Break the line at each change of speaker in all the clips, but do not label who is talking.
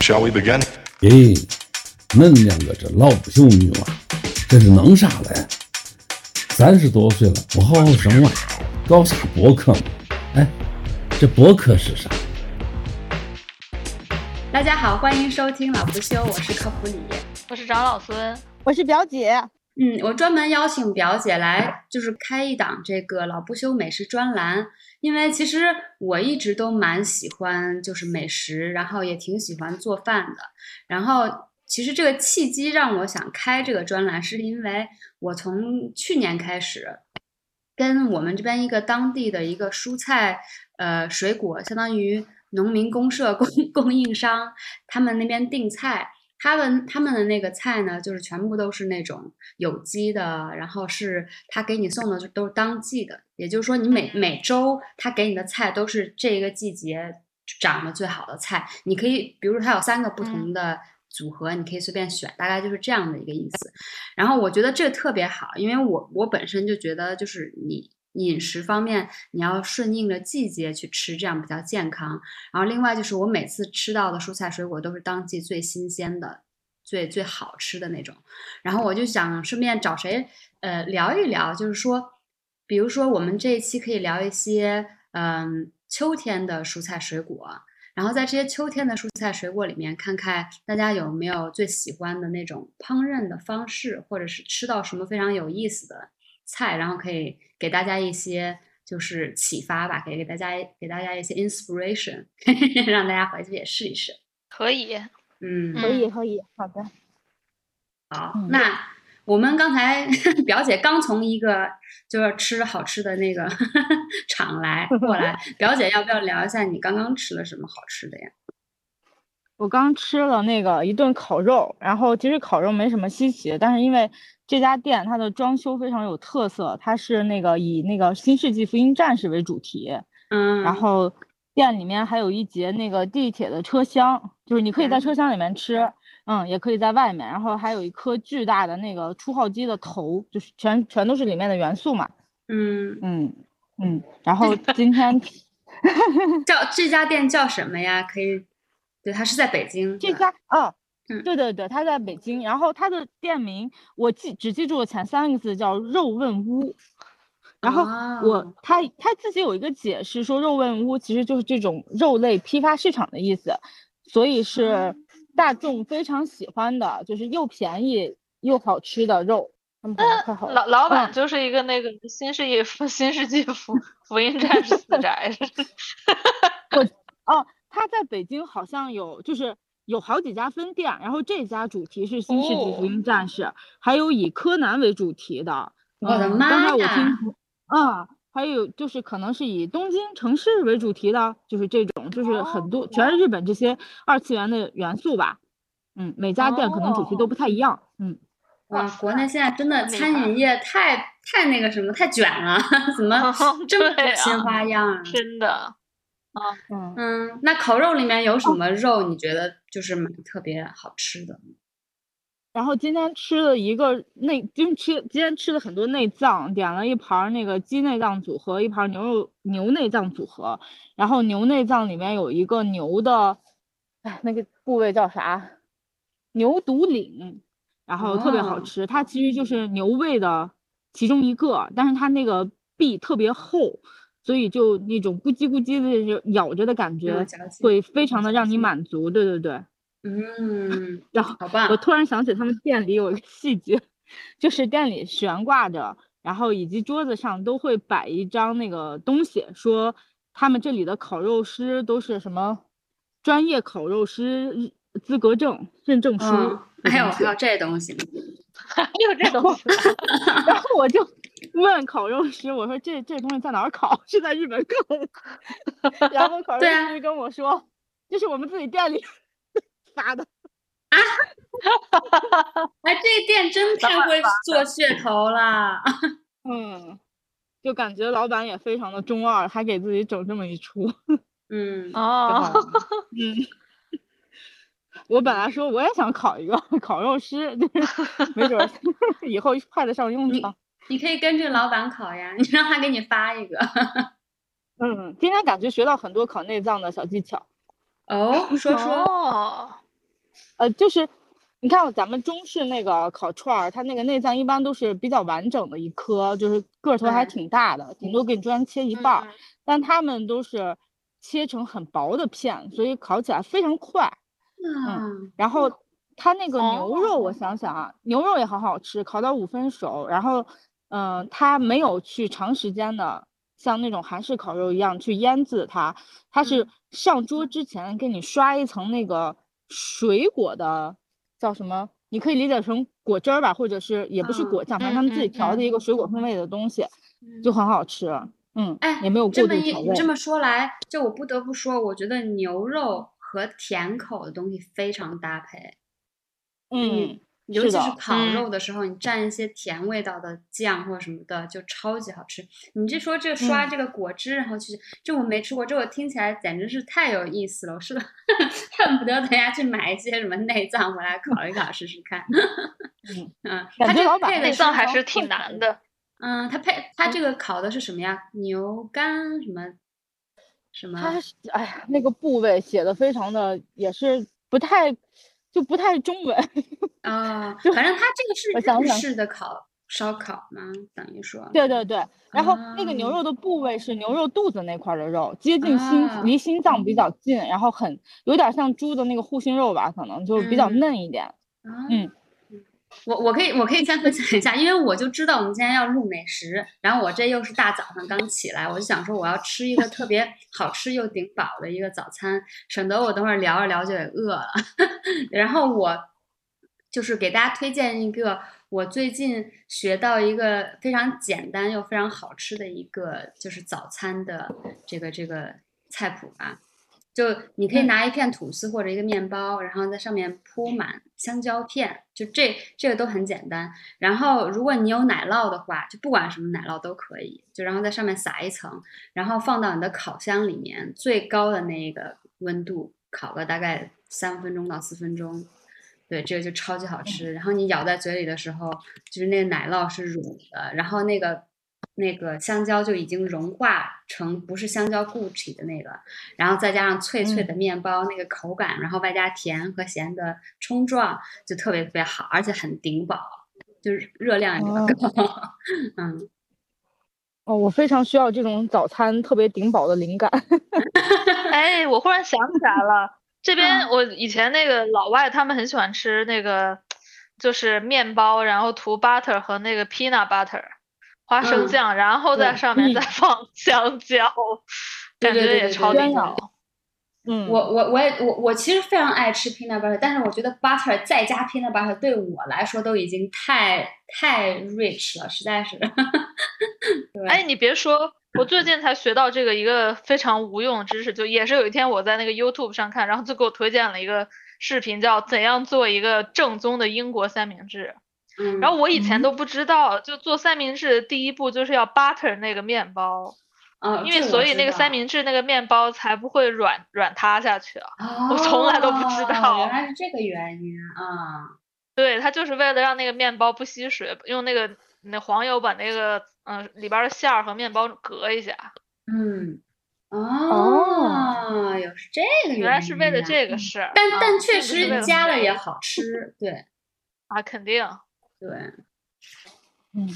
Shall we begin？
咦，恁两个这老不休女娃，这是弄啥嘞？三十多岁了，不好好生娃，搞啥博客呢？哎，这博客是啥？
大家好，欢迎收听老不休，我是科普里。
我是找老孙，
我是表姐，
嗯，我专门邀请表姐来，就是开一档这个老不休美食专栏，因为其实我一直都蛮喜欢就是美食，然后也挺喜欢做饭的。然后其实这个契机让我想开这个专栏，是因为我从去年开始，跟我们这边一个当地的一个蔬菜呃水果，相当于农民公社供供应商，他们那边订菜。他们他们的那个菜呢，就是全部都是那种有机的，然后是他给你送的就都是当季的，也就是说你每每周他给你的菜都是这一个季节长得最好的菜，你可以比如说它有三个不同的组合，你可以随便选，大概就是这样的一个意思。然后我觉得这个特别好，因为我我本身就觉得就是你。饮食方面，你要顺应着季节去吃，这样比较健康。然后另外就是我每次吃到的蔬菜水果都是当季最新鲜的、最最好吃的那种。然后我就想顺便找谁呃聊一聊，就是说，比如说我们这一期可以聊一些嗯、秋天的蔬菜水果，然后在这些秋天的蔬菜水果里面，看看大家有没有最喜欢的那种烹饪的方式，或者是吃到什么非常有意思的菜，然后可以给大家一些就是启发吧，给给大家给大家一些 inspiration，让 大家回去也试一试。
可以。
嗯，
嗯
可以可以，好的，
好，
嗯
那我们刚才 表姐刚从一个就是吃好吃的那个 厂来过来，表姐要不要聊一下你刚刚吃了什么好吃的呀？
我刚吃了那个一顿烤肉，然后其实烤肉没什么稀奇，但是因为这家店它的装修非常有特色，它是那个以那个新世纪福音战士为主题，
嗯，
然后店里面还有一节那个地铁的车厢，就是你可以在车厢里面吃，嗯，也可以在外面，然后还有一颗巨大的那个初号机的头，就是全全都是里面的元素嘛，
嗯，
嗯嗯，然后今天
叫这家店叫什么呀？可以，对，它是在北京。
这
对吧
家哦
嗯，
对对对，他在北京，然后他的店名我记只记住了前三个字叫肉问屋，然后
哦
我他他自己有一个解释说肉问屋其实就是这种肉类批发市场的意思，所以
啊
是大众非常喜欢的，就是又便宜又好吃的肉。他们好
呃
像快好了，
老老板
嗯
就是一个那个新世纪福 新世纪福福音战士死宅，
哦，他在北京好像有就是。有好几家分店，然后这家主题是新世纪
哦
福音战士，还有以柯南为主题的，
我的
嗯刚
妈
才我
呀
听说，啊，还有就是可能是以东京城市为主题的，就是这种，就是很多全是日本这些二次元的元素吧。嗯，每家店可能主题都不太一
哦
样。嗯，
哇，国内现在真的
厉
餐
害
饮业太太那个什么，太卷了， 怎么
哦
这么
对
多
啊
新花样啊？
真 的。
嗯，
嗯，那烤肉里面有什么肉？你觉得就是蛮特别好吃的？
然后今天吃了一个内，今吃今天吃了很多内脏，点了一盘儿那个鸡内脏组合，一盘儿牛肉牛内脏组合。然后牛内脏里面有一个牛的，哎，那个部位叫啥？牛肚领，然后特别好
哦
吃。它其实就是牛胃的其中一个，但是它那个壁特别厚，所以就那种咕叽咕叽的就咬着的感
有
觉，
嚼劲
会非常的让你
劲
满足。对对对，
嗯，
然后。
好棒
我！突然想起他们店里有一个细节，就是店里悬挂着，然后以及桌子上都会摆一张那个东西，说他们这里的烤肉师都是什么专业烤肉师资格证认证书
嗯，
这
还有
东西
还有这东西呢，
还有这种
然后我就问烤肉师，我说这这东西在哪儿烤？ 是在日本烤的？然 后烤肉
对啊
师跟我说，这是我们自己店里发的。
哎，这店真太会做噱头了。
嗯，就感觉老板也非常的中二，还给自己整这么一出，
嗯，
可好玩
哦，
了 嗯，我本来说我也想考一个 烤肉师，就是没 准儿以后派得上用
你
场。
你可以跟这个老板考呀，你让他给你发一个。
嗯，今天感觉学到很多烤内脏的小技巧。
哦，说说，
哦，
呃，就是你看咱们中式那个烤串儿，它那个内脏一般都是比较完整的一颗，就是个头还
对嗯
挺大的，顶多给你专切一半
嗯
儿。但他们都是切成很薄的片，所以烤起来非常快。
嗯，
然后它那个牛肉，
哦
我想想啊，牛肉也很好吃，烤到五分熟。然后，嗯、它没有去长时间的像那种韩式烤肉一样去腌制它，它是
嗯
上桌之前给你刷一层那个水果的，叫什么？你可以理解成果汁儿吧，或者是也不是
嗯
果酱，反正他们自己
嗯嗯
调的一个水果风味的东西，就很好吃。嗯，
哎
也没有过
这
度
么
调
一
味
这。么说来，就我不得不说，我觉得牛肉和甜口的东西非常搭配，
嗯，
尤
是
其是
的
烤
嗯
肉的时候，你蘸一些甜味道的酱或者什么的，就超级好吃。你这说这刷
嗯
这个果汁，然后去这我没吃过，这我听起来简直是太有意思了，我是 恨不得等下去买一些什么内脏回来烤一烤试试看。
嗯
嗯，
感
它
觉
这
老板
配的
内
内
脏
是
还
包
是
括
挺
的
难的。
嗯，它配它这个烤的是什么呀？牛肝什么什么？
它是哎呀，那个部位写的非常的，也是不太，就不太中文。
哦，
就
反正它这个是
我想
日
想
式的烤烧烤嘛，等于说，
对对对，然后那个牛
啊
肉的部位是牛肉肚子那块儿的肉，接近心、
啊
离心脏比较近，然后很有点像猪的那个护心肉吧，可能就是比较
嗯
嫩一点。
啊
嗯，
我我可以我可以先分享一下，因为我就知道我们今天要录美食，然后我这又是大早上刚起来，我就想说我要吃一个特别好吃又顶饱的一个早餐，省得我等会儿聊着聊着也饿了。 然后我就是给大家推荐一个我最近学到一个非常简单又非常好吃的一个就是早餐的这个这个菜谱吧、就你可以
嗯
拿一片吐司或者一个面包，然后在上面铺满香蕉片，就这这个都很简单。然后如果你有奶酪的话，就不管什么奶酪都可以，就然后在上面撒一层，然后放到你的烤箱里面，最高的那个温度烤个大概三分钟到四分钟。对，这个就超级好吃。然后你咬在嘴里的时候，就是那个奶酪是软的，然后那个那个香蕉就已经融化成不是香蕉固体的那个，然后再加上脆脆的面包、那个口感，然后外加甜和咸的冲撞，就特别特别好，而且很顶饱，就是热量也比较高。嗯，
哦，我非常需要这种早餐特别顶饱的灵感。
哎，我忽然想起来了，这边我以前那个老外他们很喜欢吃那个，就是面包，然后涂 butter 和那个 peanut butter，花生
嗯
酱，然后在
对
上面
嗯
再放 香蕉，
对
感
对
觉
对
也
对
超
对
顶
对
饱。
嗯，
我我我也我我其实非常爱吃 peanut butter，但是我觉得 butter 再加 peanut butter 对我来说都已经太太 rich 了，实在是。
哎，你别说，我最近才学到这个一个非常无用的知识，就也是有一天我在那个 YouTube 上看，然后就给我推荐了一个视频，叫怎样做一个正宗的英国三明治。
嗯，
然后我以前
嗯
都不知道，就做三明治的第一步就是要 butter 那个面包，
啊
因为
这我
所以
知
那个
道
三明治那个面包才不会软软塌下去啊。
哦，
我从来都不知道
原来是这个原因啊。
对，它就是为了让那个面包不吸水，用那个那黄油把那个嗯、里边儿的馅儿和面包隔一下。
嗯，
哦
哦，有是这个
原来是为
原
了
因啊
这个事儿，
但
啊
但确
并不是为
实
了
加了
美
也好吃，对
啊，肯定。
对，
嗯，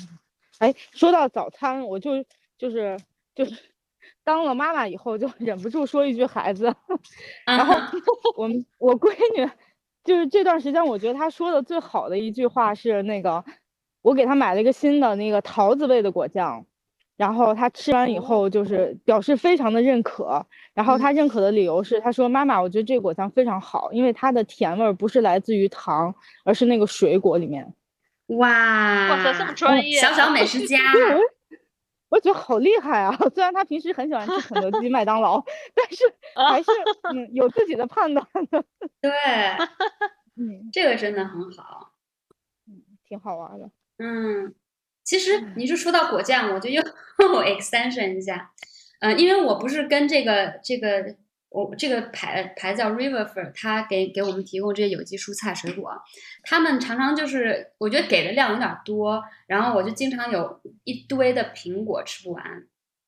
哎，说到早餐，我就就是就是 当了妈妈以后，就忍不住说一句孩子。然后 我们我闺女就是这段时间，我觉得她说的最好的一句话是那个，我给她买了一个新的那个桃子味的果酱，然后她吃完以
哦
后就是表示非常的认可，然后她
嗯
认可的理由是，她说妈妈，我觉得这个果酱非常好，因为它的甜味儿不是来自于糖，而是那个水果里面。
哇
哇塞，这么专业啊，
哦小小美食 家，
对，我就我觉得好厉害啊！ 虽然他平时很喜欢吃肯 德基、麦当劳，但是
啊
还是嗯有自己的判断 的，
对，
嗯，
这个真的很好。
挺好玩的。
嗯，其实你就说到果酱，我就又 我 extension 一下，嗯、因为我不是跟这个这个我这个牌牌子叫 Riverford，它给给我们提供这些有机蔬菜水果，他们常常就是我觉得给的量有点儿多，然后我就经 常有一堆的苹果吃不完，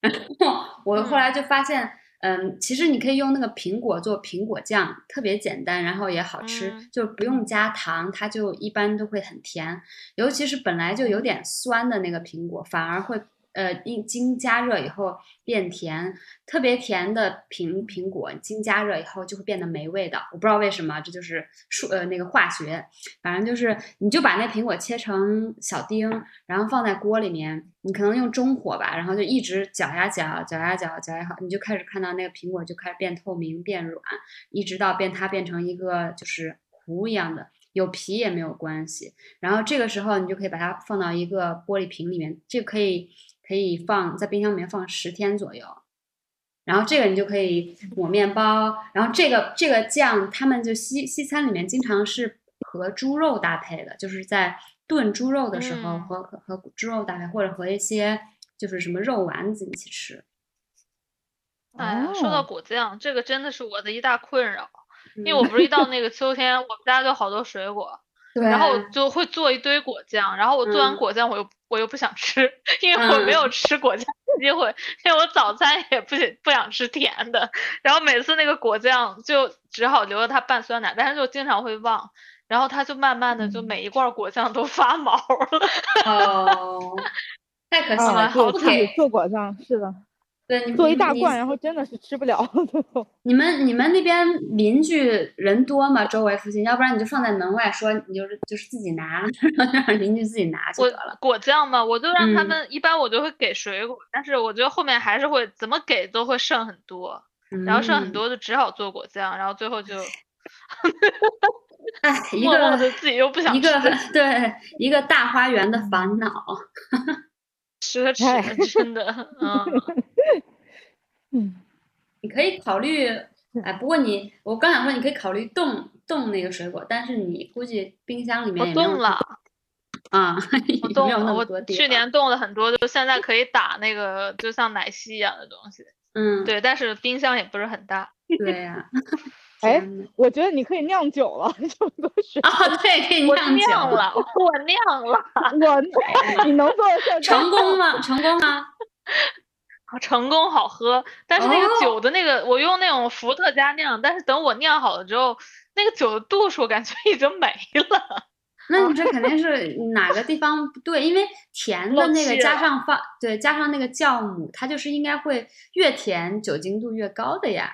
然后我后来就发现，嗯，其实你可以用那个苹果做苹果酱，特别简单，然后也好吃，
嗯
就不用加糖，它就一般都会很甜。尤其是本来就有点酸的那个苹果，反而会呃一经加热以后变甜。特别甜的苹苹果经加热以后就会变得没味道，我不知道为什么，这就是数呃那个化学。反正就是你就把那苹果切成小丁，然后放在锅里面，你可能用中火吧，然后就一直搅呀搅，搅呀搅，搅呀搅，你就开始看到那个苹果就开始变透明、变软，一直到变它变成一个就是糊一样的，有皮也没有关系。然后这个时候你就可以把它放到一个玻璃瓶里面，这个可以可以放在冰箱里面放十天左右。然后这个你就可以抹面包，然后这个这个酱他们就西西餐里面经常是和猪肉搭配的，就是在炖猪肉的时候
嗯
和、和和猪肉搭配，或者和一些就是什么肉丸子一起吃。
哎呀，说到
哦
果酱，这个真的是我的一大困扰，因为
嗯
我不是 一到那个秋天，我们家就好多水果，
对，
然后我就会做一堆果酱，然后我做完
嗯
果酱，我又我又不想吃，因为我没有吃果酱的机会，因为我早餐也不不想吃甜的，然后每次那个果酱就只好留着它拌酸奶，但是就经常会忘，然后它就慢慢的就
嗯
每一罐果酱都发毛了，
哦，太
呃
可惜了，
啊，对，
不
自己
给
做果酱是的，
对
嗯
你
做一大
你
罐，然后真的是吃不了。最 后
你们你们那边邻居人多吗？周围附近，要不然你就放在门外说，你就是就是自己拿， 让邻居自己拿就
我
得了。
果酱嘛，我就让他
嗯
们一般我就会给水果，但是我觉得后面还是会怎么给都会剩很多，然后剩很
嗯，
多就只好做果酱，然后最后就
哎，一
默默
个
的自己又不想
一个
吃
对一个大花园的烦恼。
奢
哎
侈，真的，嗯，
嗯，
你可以考虑，
嗯
哎，不过你我刚想说，你可以考虑冻冻那个水果，但是你估计冰箱里面
我
也没有
冻了，
啊，
我
也没
冻
有那
了，
么
我
多地
去
方。
年冻了很多，就现在可以打那个就像奶昔一样的东西，
嗯，
对，但是冰箱也不是很大，
对 呀，
哎
天呐
我觉得你可以酿酒了， 这么多水，
哦，对，给你
我
酿
酿
酒，
了，我酿了，
我你能做得下去？
成功吗？成功吗？
成功好喝，但是那个
哦
酒的那个，我用那种伏特加酿，但是等我酿好了之后，那个酒的度数感觉 已经没了。
那你这肯定是哪个地方不对，因为甜的
漏
那个
气
加
哦了
上放，对，加上那个酵母，它就是应该会越甜酒精度越高的呀。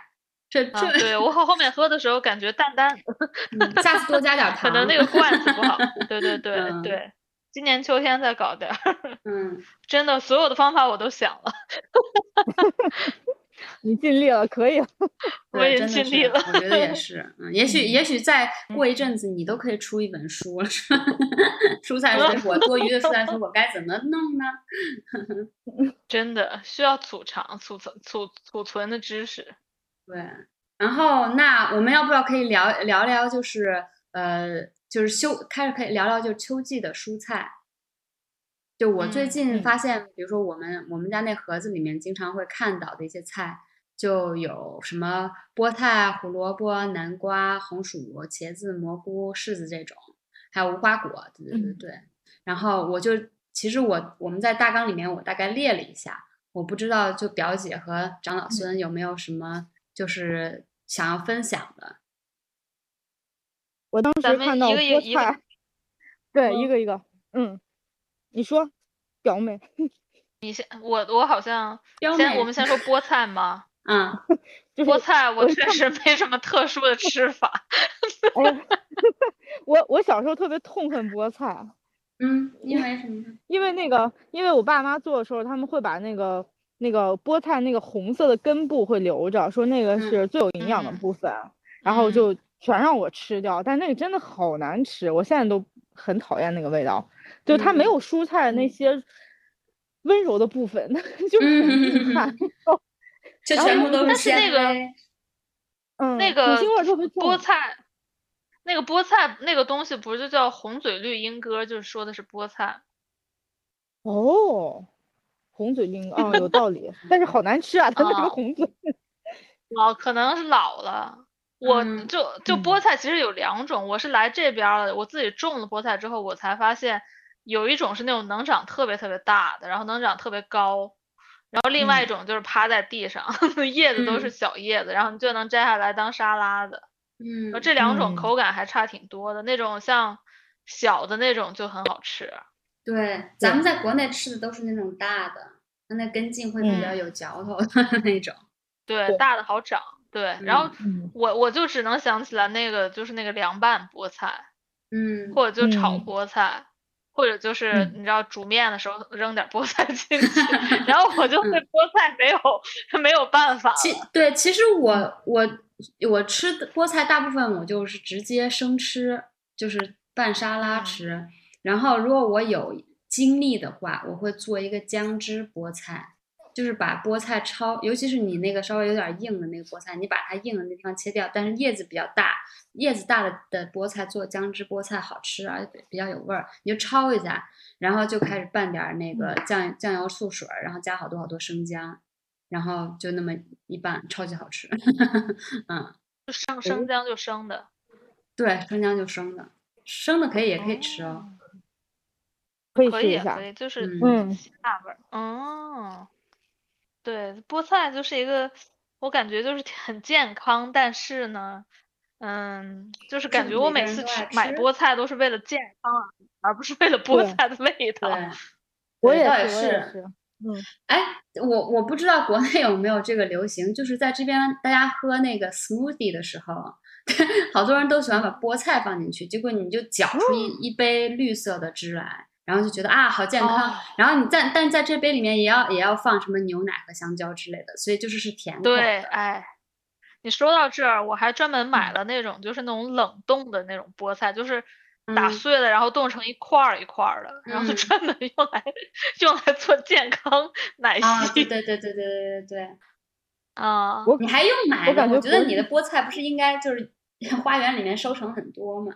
这这、
啊、对我后后面喝的时候感觉淡淡 的，
嗯下次多加点儿
可
糖。
能那个罐子不好。对对对
嗯
对，今年秋天再搞点儿。
嗯，
真的，所有的方法我都想了，
你尽力了，可以了。
我
对
也
真的
尽
是
力了。嗯
我觉得 也是，嗯，也许也许再过一阵子，你都可以出一本书了。是吧 蔬菜
啊
水果，多余的蔬 菜水果该怎么弄呢？
真的需要储藏、储存、储储存的知识。
对，然后那我们要不要可以聊聊聊，就是呃，就是秋开始可以聊聊就是秋季的蔬菜。就我最
嗯
近
嗯
发现，比如说我们我们家那盒子里面经常会看到的一些菜，就有什么菠菜、胡萝卜、南瓜、红薯、茄子、蘑菇、柿子这种，还有无花果，对对对
嗯
对。然后我就其实我我们在大纲里面我大概列了一下，我不知道就表姐和长老孙有没有什么就是想要分享的。
我当时
咱们
看到
一个一个
菠
一个
菜，对，一个一个，嗯，你说，表妹，
我我好像
标
先
美
我们先说菠 菜嘛，
嗯，
就是
菠菜我
我
确实没什么特殊的吃法。
哎， 我我小时候特别痛恨菠菜，
嗯，因为什么？
因为那个，因为我爸妈做的时候，他们会把那个那个菠菜那个红色的根部会留着，说那个
嗯
是最有营养的
嗯
部分，啊然后
嗯
就全让我吃掉，但那个真的好难吃，我现在都很讨厌那个味道，就它没
嗯
有蔬菜的那些温柔的部分， 就是很
嗯
硬汉，
就
然后
全部都
但是那
纤
个
维。
嗯，
那
土
个
腥味儿特别重
菠，菜，那个菠菜那个东西不是就叫红嘴绿鹦哥，就是说的是菠菜。
哦，红嘴鹰啊、有道理，但是好难吃啊，它那
啊
个红嘴，
哦，可能是老了。我
嗯
就就菠菜其实有两种，我是来这边儿了，我自己种了菠菜之后，我才发现有一种是那种能长特别特别大的，然后能长特别高，然后另
嗯
外一种就是趴在地上， 叶子都是小叶子，然后你就能摘下来当沙拉的。
嗯，
这两种
嗯
口感还差挺多的，那种像小的那种就很好吃。
对，咱们在国内吃的都是那种大的，它那根茎会比较有嚼头 那种。
对，
对
大的好长。对，然后
嗯
我我就只能想起来那个就是那个凉拌菠菜，
嗯，
或者就炒
嗯
菠菜，或者就是
嗯
你知道煮面的时候扔点菠菜进去， 然后我就对
嗯
菠菜没有没有办法
其
了。
对，其实我我我吃的菠菜大部分我就是直接生吃，就是拌沙拉
嗯
吃。然后如果我有精力的话，我会做一个姜汁菠菜，就是把菠菜焯，尤其是你那个稍微有点硬的那个菠菜，你把它硬的那地方切掉，但是叶子比较大，叶子大的的菠菜做姜汁菠菜好吃，而且比较有味儿，你就焯一下，然后就开始拌点儿那个酱酱油醋水儿，然后加好多好多生姜。然后就那么一拌，超级好吃。 嗯，
就生生姜就生的，
对，生姜就生的，生的可以也可以吃哦。
可以
可
试
以
一
啊
下
可。以，就是
嗯
希腊味儿。哦，对，菠菜就是一个，我感觉就是很健康，但是呢，嗯，就是感
不
觉
是
我
每
每
个人
次
都爱
吃买
吃
菠菜都是为了健康啊，而不是为了菠
对
菜的味道。
对，
我
对
也
倒
是，
也
我也
是
是。
哎，我我不知道国内有没有这个流行，就是在这边大家喝那个 smoothie 的时候， 好多人都喜欢把菠菜放进去，结果你就搅出
哦
一一杯绿色的汁来，然后就觉得啊好健康。
哦
然后你在但在这杯里面也要也要放什么牛奶和香蕉之类的，所以就是是甜口的。
对，哎，你说到这儿，我还专门
嗯
买了那种就是那种冷冻的那种菠菜，就是打
嗯
碎了，然后冻成一块儿一块儿的，然后就
嗯
专门用来 用来做健康奶
啊，对
昔
对对对对对对 对。
啊。
我
你还用买呢？
我感觉
我觉得
国
你的菠菜不是应该就是 花园里面收成很多吗？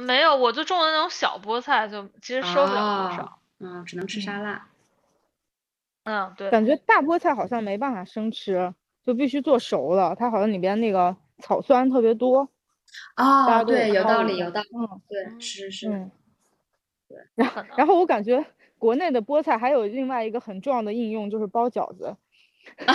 没有，我就种的那种小菠菜，就其实收不了多少。
嗯，只能吃沙拉。
嗯，对，
啊感觉大菠菜好像没办法生吃，就必须做熟了。它好像里边那个草酸特别多。大
哦，
家都有
对，有
看
道
过
理，有道理。
嗯
对，是是，
嗯。
可能
然后我感觉国内的菠菜还有另外一个很重要的应用，就是包饺子，和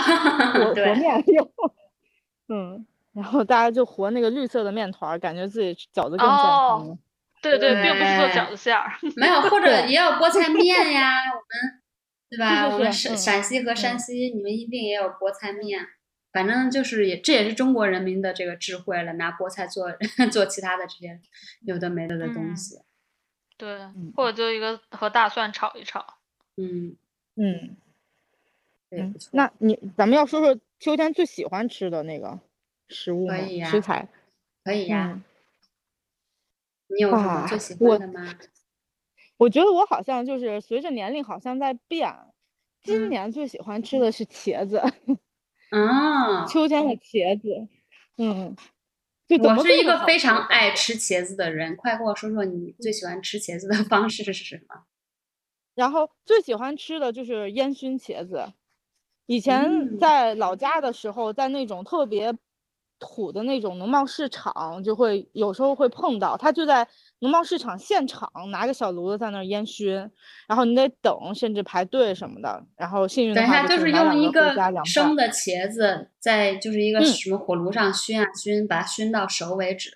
和
对，
面用。 嗯，然后大家就和那个绿色的面团儿，感觉自己饺子更健
哦
康了。
对对，并不是做饺
对
子馅儿。
没有，或者
对
也有菠菜面呀，我们对吧？
是是
我们
是
陕
嗯
陕西和山西，你们一定也有菠菜面。反正就是也，这也是中国人民的这个智慧了，拿菠菜做 做其他的这些有的没的的东
嗯
西。
对，
嗯
或者就一个和大蒜炒一炒。
嗯，
嗯
这也
嗯
不，错。
那你咱们要说说秋天最喜欢吃的那个食物
可
吗
以呀
食材。
可以呀，
嗯，
你有什么
哇
最喜
我
欢的吗？
我觉得我好像就是随着年龄好像在变。今
嗯
年最喜欢吃的是茄子，
啊，
秋天的茄子。嗯，就怎
我
么
是
做
一
都
个
好
非
吃
常爱吃茄子的人，快给我说说你最喜欢吃茄子的方式是什么？
然后最喜欢吃的就是烟熏茄子。以前
嗯
在老家的时候，在那种特别土的那种农贸市场，就会有时候会碰到，他就在农贸市场现场拿个小炉子在那儿烟熏，然后你得等，甚至排队什么的。然后幸运
等
的
一
话
下，
就是是买
用
两
一
个
个
回家凉
生
拌。
的茄子，在就是一个
嗯
什么火炉上熏啊熏，把它熏到熟为止。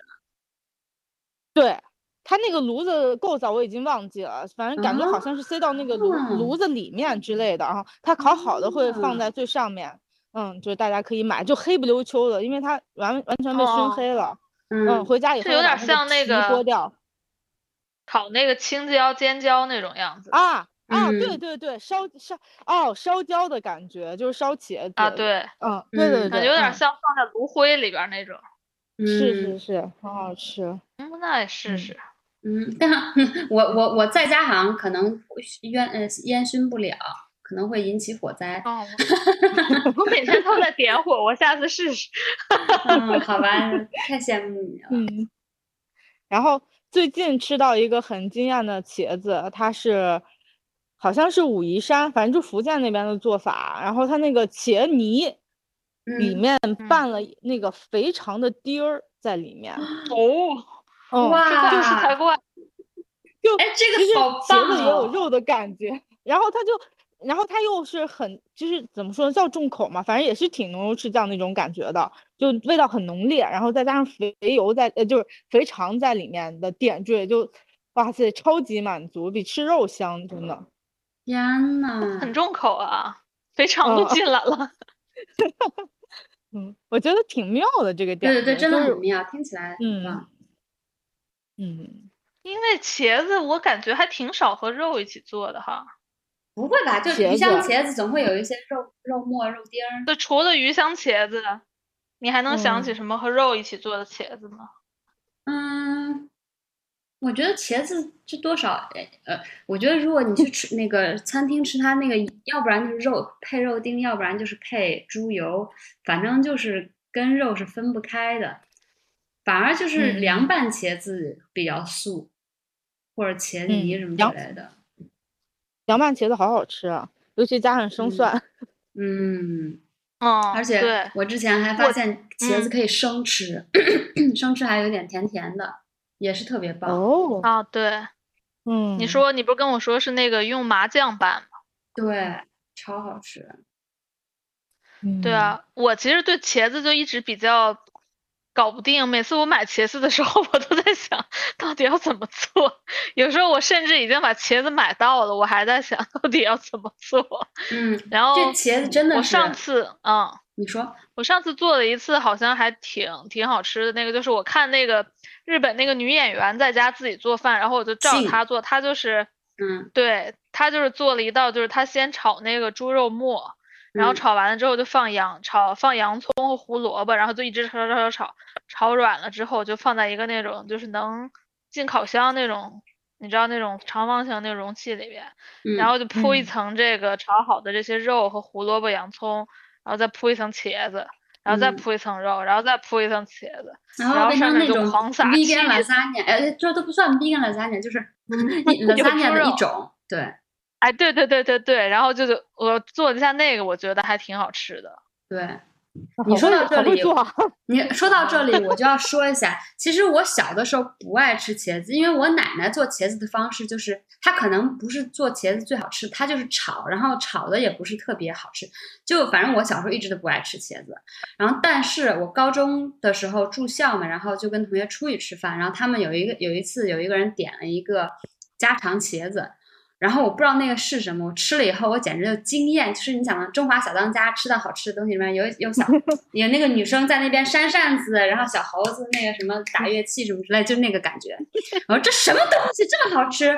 对，它那个炉子构造我已经忘记了，反正感觉
啊
好像是塞到那个炉炉子里面之类的啊。它烤好的会放
啊
在最上面，嗯，就是大家可以买，就黑不溜秋的，因为它完完全被熏
哦
黑了。嗯，
嗯，
回家以
这
后
有
要把
点像那
皮
个
剥掉
烤那个青椒、尖椒那种样子
啊啊，对
嗯
对对，烧烧哦烧焦的感觉，就是烧茄子
啊，，对，
嗯，对对
嗯
对，
感觉有点
嗯
像放在炉灰里边儿那种。
是
嗯
是是，很 好吃。
嗯，那也试
嗯
试。
嗯，但我我我在家好像可能烟呃烟熏不了，可能会引起火灾。
哦，我我每天都在点火，我下次试试。
嗯，好吧，太羡慕你了。
嗯，然后最近吃到一个很惊艳的茄子，它是好像是武夷山，反正就福建那边的做法。然后它那个茄泥 里
嗯，
面
嗯
拌了那个肥肠的丁儿在里面，
哦，
嗯，
这个
哇
不是 太怪。
就
哎，这
其实
个好
茄
棒
子也有
哦！
肉的感觉。然后它就然后它又是很就是怎么说呢，叫重口嘛，反正也是挺浓油赤酱那种感觉的，就味道很浓烈，然后再加上肥油在呃就是肥肠在里面的点缀，就哇塞，超级满足，比吃肉香，真的。
天呐，
很重口啊，肥肠
哦
都进来了。
嗯，我觉得挺妙的这个点。
对对对，真的
就是
很妙，听起来很棒。
嗯，
因为茄子我感觉还挺少和肉一起做的哈，
不会吧？就
茄
鱼香
子
茄子总会有一些肉肉末、肉丁儿。
就除了鱼香茄子，你还能想起
嗯
什么和肉一起做的茄子吗？
嗯，我觉得茄子这多少，呃，我觉得如果你 去吃那个餐厅吃它那个，要不然就是肉配肉丁，要不然就是配猪油，反正就是跟肉是分不开的。反而就是
嗯
凉拌茄子比较素，或者茄子泥
嗯
什么
凉
之类的。
凉拌茄子好好吃啊，尤其加上生
嗯
蒜。
嗯，
嗯，
而
对
且，我之前还发
我
现茄子
嗯
可以生吃， 生吃还有点甜甜的，也是特别棒。
哦，
啊对，
嗯，
你说你不是跟我说是那个用麻酱拌吗？
对，超好吃。
嗯
对啊，
嗯
我其实对茄子就一直比较搞不定，每次我买茄子的时候， 我都在想到底要怎么做。有时候我甚至已经把茄子买到了，我还在想到底要怎么做。
嗯，
然后
这茄子真的
我
是
上次，嗯，
你说，
我上次做了一次，好像还挺挺好吃的。那个就是我看那个日本那个女演员在家自己做饭，然后我就照
信
她做，她就是
嗯，
对她就是做了一道，就是她先炒那个猪肉末，然后
嗯
炒完了之后就放洋炒放洋葱和胡萝卜，然后就一直炒炒炒炒炒软了之后就放在一个那种就是能进烤箱那种，你知道那种长方形那容器里边，
嗯
然后就铺一
嗯
层这个炒好的这些肉和胡萝卜、洋葱，然后再铺一层茄子，然后再
嗯
铺一层肉，然后再铺一层茄子。
然
然后
后变
上
成
面
那
就
种
狂撒
vegan
气
lasagna，哎，这都不算 vegan lasagna，就是 一
有
lasagna
猪
的
肉
一种，对
哎，对对对对对，然后就是我做了一下那个，我觉得还挺好吃的。
对。
好
你说
会
到这
好会
里
做啊
你说到这 里，我就要说一下，其实我小的时候不爱吃茄子，因为我奶奶做茄子的方式就是，她可能不是做茄子最好吃，她就是炒，然后炒的也不是特别好吃，就反正我小时候一直都不爱吃茄子。然后，但是我高中的时候住校嘛，然后就跟同学出去吃饭，然后他们有一个有一次有一个人点了一个家常茄子，然后我不知道那个是什么，我吃了以后我简直就惊艳，就是你想啊，中华小当家吃到好吃的东西里面有有小有那个女生在那边扇扇子，然后小猴子那个什么打乐器什么之类，就那个感觉。我说这什么东西这么好吃？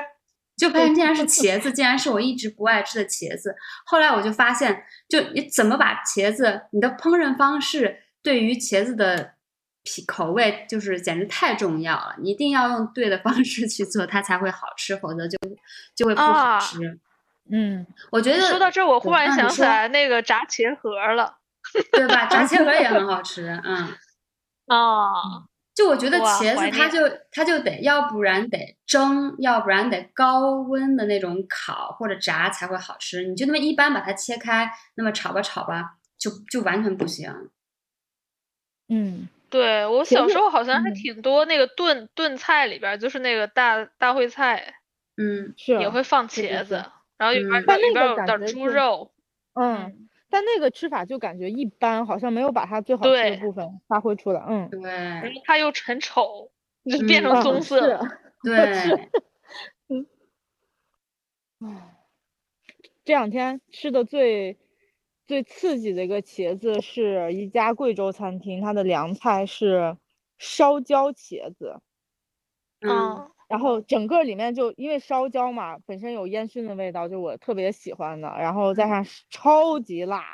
就发现竟然是茄子，竟然是我一直不爱吃的茄子。后来我就发现，就你怎么把茄子，你的烹饪方式对于茄子的皮口味，就是简直太重要了。你一定要用对的方式去做，它才会好吃，否则就就会不好
啊
吃。
嗯，
我觉得
说到这儿，我忽
对
然
啊你
想起
说
来那个炸茄盒儿了。
对 吧？炸茄盒也很好吃，嗯。
啊，
就我觉得
哇
茄
怀
子它
念
就它就得，要不然得蒸，要不然得高温的那种烤或者炸才会好吃。你就那么一般把它切开，那么炒吧炒吧，就就完全不行。
嗯，
对，我
其
小
实
时候好像还
嗯
挺多那个炖炖菜里边儿，就是那个大大烩菜
嗯
是
也会放
对对
茄
对
子，然后里边儿
嗯
但
里
那
边
个
儿有
感
点儿
觉
猪
是
肉。
嗯。但那个吃法就感觉一般，好像没有把它最好吃的
对
部分发挥出来。嗯，
然
对
后它又很丑，就变
嗯
成
嗯
棕色
是
了。
对，
唉这两天吃的最最刺激的一个茄子是一家贵州餐厅，它的凉菜是烧焦茄子，
嗯
然后整个里面就因为烧焦嘛，本身有烟熏的味道，就我特别喜欢的，然后
嗯
加上是超级辣，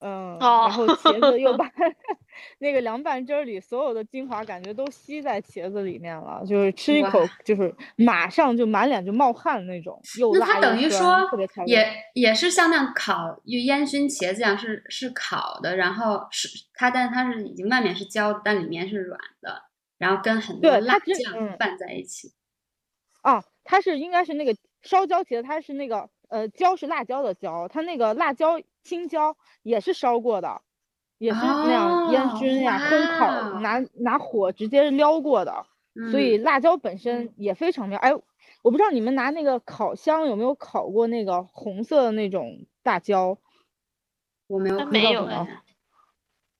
嗯，
哦
然后茄 子又把那个凉拌汁儿里所有的精华感觉都吸在茄子里面了，就是吃一
哇
口就是马上就满脸就冒汗那种，又
那
辣
它等
又
于
酸，
说
特别开胃。
也也是像那样烤就烟熏茄子一样，是是烤的，然后是它，但它是已经外面是焦的，但里面是软的，然后跟很多
对它
辣
这
酱
嗯
拌在一起。
啊，它是应该是那个烧焦茄子，它是那个呃椒是辣椒的椒，它那个辣椒青椒也是烧过的，也是那样烟
哦
熏呀、烘烤，拿拿火直接撩过的，
嗯
所以辣椒本身也非常妙。哎，我不知道你们拿那个烤箱有没有烤过那个红色的那种大椒，
我没有
它
看
没
到
有
过
哎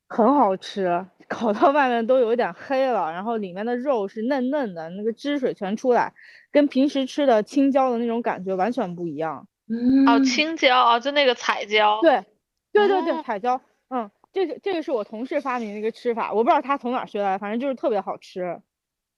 很好吃，烤到外面都有一点黑了，然后里面的肉是嫩嫩的，那个汁水全出来，跟平时吃的青椒的那种感觉完全不一样。
嗯，
哦，青椒哦，就那个彩椒，
对，对对对，
哦
彩椒，嗯，这个这个是我同事发明的一个吃法，我不知道他从哪儿学来的，反正就是特别好吃。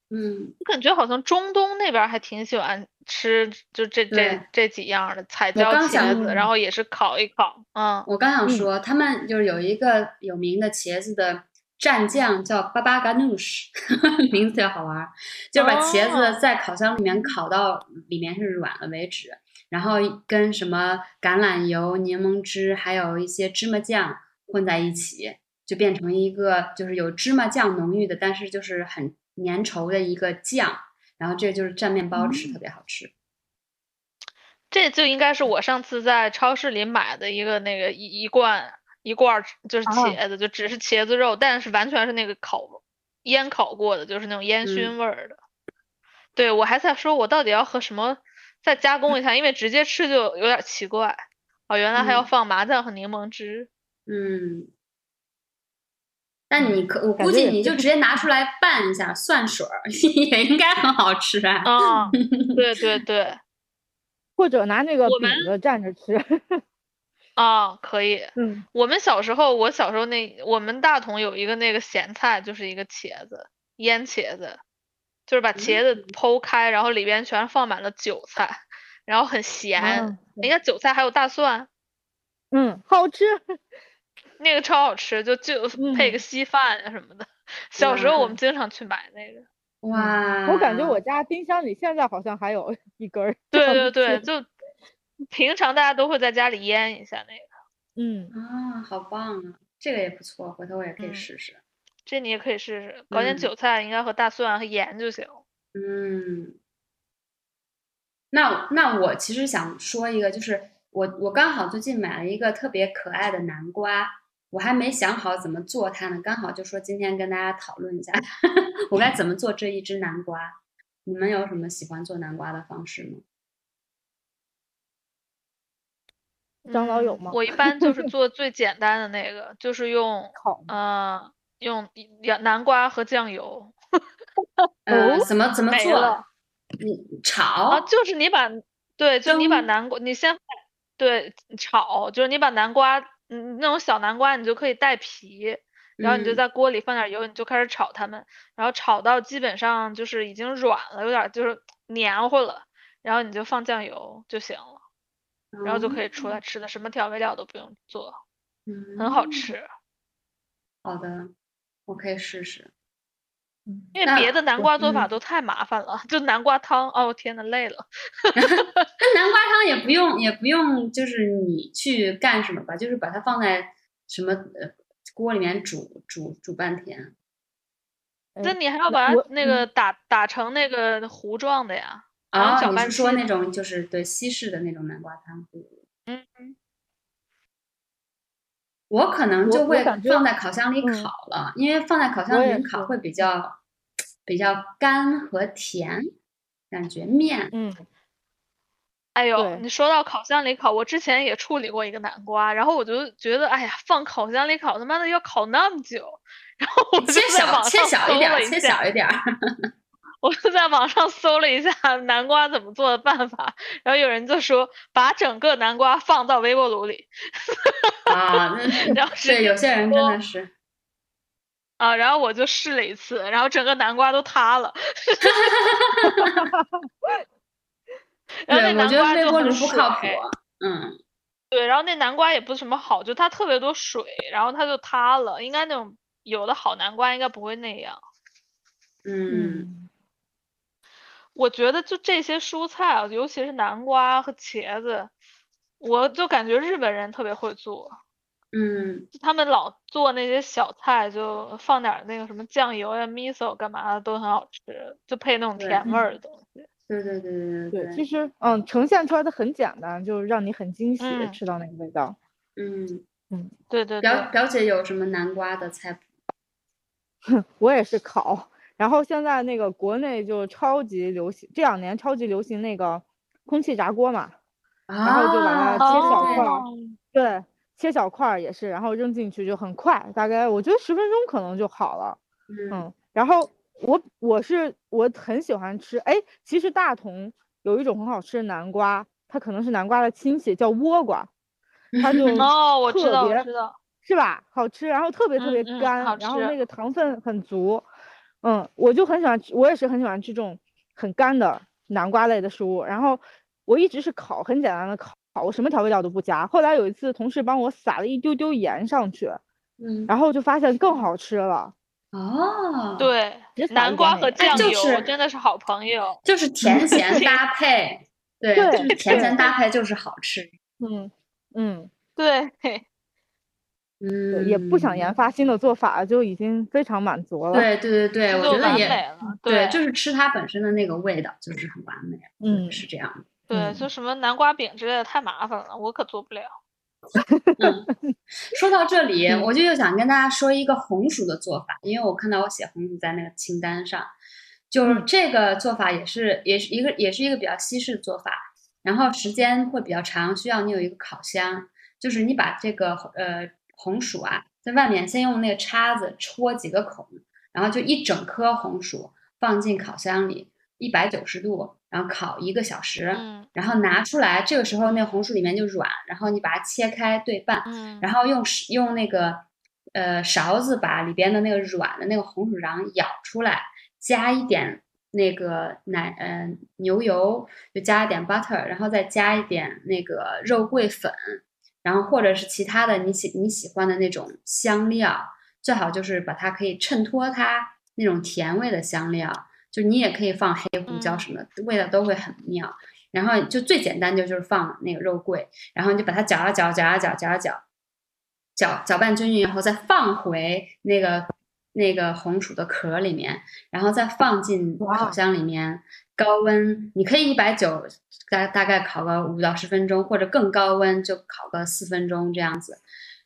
嗯，
我感觉好像中东那边儿还挺喜欢吃，就这这
对
这几样儿的彩
我
椒、
刚
茄
想
子，然后也是烤一烤，嗯，
我刚想
嗯
说，他们就是有一个有名的茄子的蘸酱叫巴巴嘎努什， 名字特好玩儿，就是把茄
哦
子在烤箱里面烤到里面是软了为止，然后跟什么橄榄油、柠檬汁，还有一些芝麻酱混在一起，就变成一个就是有芝麻酱浓郁的，但是就是很粘稠的一个酱。然后这就是蘸面包吃，特别好吃。
这就应该是我上次在超市里买的一个那个一一罐一罐儿就是
哦
啊
茄子，就只是茄子肉，但是完全是那个烤腌烤过的，就是那种
嗯
烟熏味儿的。对，我还在说，我到底要和什么再加工一下，因为直接吃就有点儿奇怪。哦，原来还要
嗯
放麻酱和柠檬汁。
嗯，但你可我
嗯感
估
觉
计
也
你就直接拿出来拌一下，蒜水儿 也应该很好吃啊。
啊，对对对，
或者拿那个
我
饼
们
子蘸着吃，
啊，可以。
嗯，
我们小时候，我小时候那我们大同有一个那个咸菜，就是一个茄子，腌茄子，就是把茄子
嗯
剖开，然后里边全放满了韭菜，然后很咸
哦
啊，
人家韭菜还有大蒜，
嗯，好吃，
那个超好吃，就就配个
嗯
稀饭啊什么的。小时候我
哇
们经常去买那个，啊
哇，
嗯我感觉我家冰箱里现在好像还有一根儿。
对对对，，就平常大家都会在家里腌一下那个，
嗯，
啊，好棒啊，这个也不错，回头我也可以
嗯
试试。
这你也可以试试，搞点
嗯
韭菜应该和大蒜和盐就行。
嗯，那那我其实想说一个，就是我我刚好最近买了一个特别可爱的南瓜，我还没想好怎么做它呢，刚好就说今天跟大家讨论一下， 我该怎么做这一只南瓜。你们有什么喜欢做南瓜的方式吗？
长老有
嗯
吗
我一般 就是做最简单的那个，就是用
烤
呃用一两南瓜和酱油
呃，
哦
怎么怎么
没
做
了？
你
啊，
炒？
就是你把对，就你把
哦蒸
南瓜，你先把对炒，就是你把南瓜，嗯，那种小南瓜你就可以带皮，然后你就
嗯
在锅里放点油，你就开始炒它们，然后炒到基本上就是已经软了，有点儿就是黏糊了，然后你就放酱油就行了，然后就可以出来吃的，什么调味料都不用做，
嗯，
很好
嗯。
吃。
好的，我可以试试。
因为
那
别的南
我
瓜做法
嗯
都太麻烦了， 就南瓜汤，哦天呐，累了。
那南瓜汤也不用，也不用，就是你去干什么吧，就是把它放在什么呃锅里面煮煮煮半天。
那
嗯
你还要
那
把它
我
那个打打成那个糊状的呀，然后
啊、
哦搅
你
拌
是说
机
那
的
种就是对西式的那种南瓜汤？我可能
我
就
我
会
感觉
放在烤箱里
嗯
烤了，因为放在烤箱
我
里
也
烤
是
会比较比较干和甜，感觉面
嗯，
哎呦，
对
你说到烤箱里烤，我之前也处理过一个南瓜，然后我就觉得，哎呀，放烤箱里烤，他妈的要烤那么久，然后我就
切
在
小
网
切
上
小一
搜
点
了
儿，
一
切
下，
小一点儿。
我就在网上搜了一下南瓜怎么做的办法，然后有人就说把整个南瓜放到微波炉里，
啊，那
然后是
对有些人真的是，
啊，然后我就试了一次，然后整个南瓜都塌了。 然后那
对，我
南
觉得
瓜
微
就
波
很
炉不靠谱
水。
嗯，
对，然后那南瓜也不是什么好，就它特别多水，然后它就塌了。应该那种有的好南瓜应该不会那样。
嗯
我觉得就这些蔬菜啊，尤其是南瓜和茄子，我就感觉日本人特别会做，
嗯
就他们老做那些小菜，就放点儿那个什么酱油呀、miso 干嘛的都很好吃，就配那种
对
甜味儿的东西。
对对对对
对，其
对，
实嗯，呈现出来的很简单，就是让你很惊喜，
嗯
吃到那个味道。
嗯，
对对对。
表表姐有什么南瓜的菜谱？
我也是烤，然后现在那个国内就超级流行，这两年超级流行那个空气炸锅嘛，然后就把
哦
它
啊
切小
对
块儿，对，切小块儿也是，然后扔进去就很快，大概我觉得十分钟可能就好了。
嗯
嗯，然后我我是我很喜欢吃，哎，其实大同有一种很好吃的南瓜，它可能是南瓜的亲戚，叫倭瓜，
嗯
它就
哦，我知
特
道，我
别
知道，
是吧？好吃，然后特别特
嗯
别
嗯
干，
好
然后
吃
那个糖分很足，嗯，我就很喜欢吃，我也是很喜欢吃这种很干的南瓜类的食物。然后我一直是烤，很简单的烤，我什么调味料都不加。后来有一次同事帮我撒了一丢丢盐上去，
嗯，
然后就发现更好吃了。
哦，，
对
直，接撒
南
一点
瓜
点
和
哎
酱
就
油
是
真的是好朋友。
就是甜咸搭配，对，
对
就是甜
对
咸搭配就是好吃，
嗯嗯，
对，
对
嗯，
也不想研发新的做法，就已经非常满足了。，
对对对对，
制
我
作
觉得
完
也
美了，
对，
对，
就是吃它本身的那个味道就是很完美，
嗯
是这样的。
对，
嗯
就什么南瓜饼之类的太麻烦了，我可做不了。
说到这里，
嗯
我就又想跟大家说一个红薯的做法，因为我看到我写红薯在那个清单上，就是
嗯
这个做法也是也是一个也是一个比较西式的做法，然后时间会比较长，需要你有一个烤箱，就是你把这个呃红薯啊，在外面先用那个叉子戳几个孔，然后就一整颗红薯放进烤箱里，一百九十度，然后烤一个小时。
嗯
然后拿出来，这个时候那红薯里面就软，然后你把它切开对半，
嗯，
然后用勺用那个呃勺子把里边的那个软的那个红薯瓤舀出来，加一点那个奶呃牛油，就加一点 butter，然后再加一点那个肉桂粉，然后或者是其他的你喜你喜欢的那种香料，最好就是把它可以衬托它那种甜味的香料，就你也可以放黑胡椒
嗯
什么的，味道都会很妙。然后就最简单的就是放那个肉桂，然后你就把它搅啊搅，搅啊搅，搅啊搅，搅搅拌均匀，然后再放回那个那个红薯的壳里面，然后再放进烤
哇
箱里面，高温，你可以一百九大大概烤个五到十分钟，或者更高温就烤个四分钟这样子，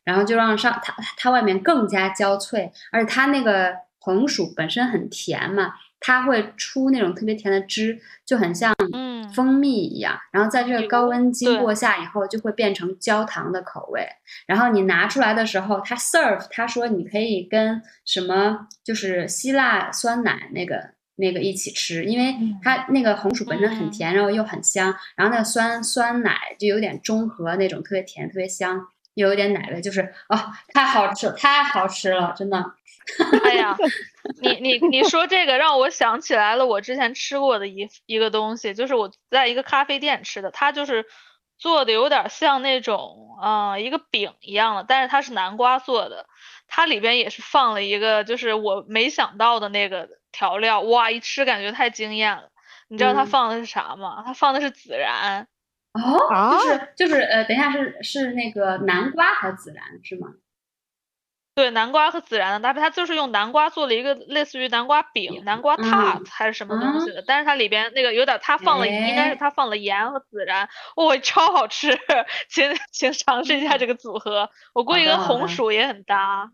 然后就让上它它外面更加焦脆，而且它那个红薯本身很甜嘛，它会出那种特别甜的汁，就很像
嗯
蜂蜜一样，然后在这个高温经
对
过下以后，就会变成焦糖的口味。然后你拿出来的时候，它 serve，他说你可以跟什么就是希腊酸奶那个那个一起吃，因为
嗯
它那个红薯本身很
嗯
甜，然后又很香，然后那个酸酸奶就有点中和那种特别甜、特别香，又有点奶味，就是哦，太好吃，太好吃了，真的。
哎呀，你你你说这个让我想起来了，我之前吃过的一一个东西，就是我在一个咖啡店吃的，它就是做的有点像那种呃一个饼一样的，但是它是南瓜做的，它里边也是放了一个就是我没想到的那个调料，哇，一吃感觉太惊艳了。你知道它
嗯
放的是啥吗？它放的是孜然，
哦，
啊
就是就是呃，等一下是是那个南瓜和孜然是吗？
对，南瓜和孜然的搭配，它就是用南瓜做了一个类似于南瓜饼、南瓜挞
嗯
还是什么
啊
东西的，但是它里边那个有点，它放了应该
哎
是它放了盐和孜然，哇，超好吃， 请请尝试一下这个组合，我估
嗯好
计
的
跟
好的
红薯也很搭。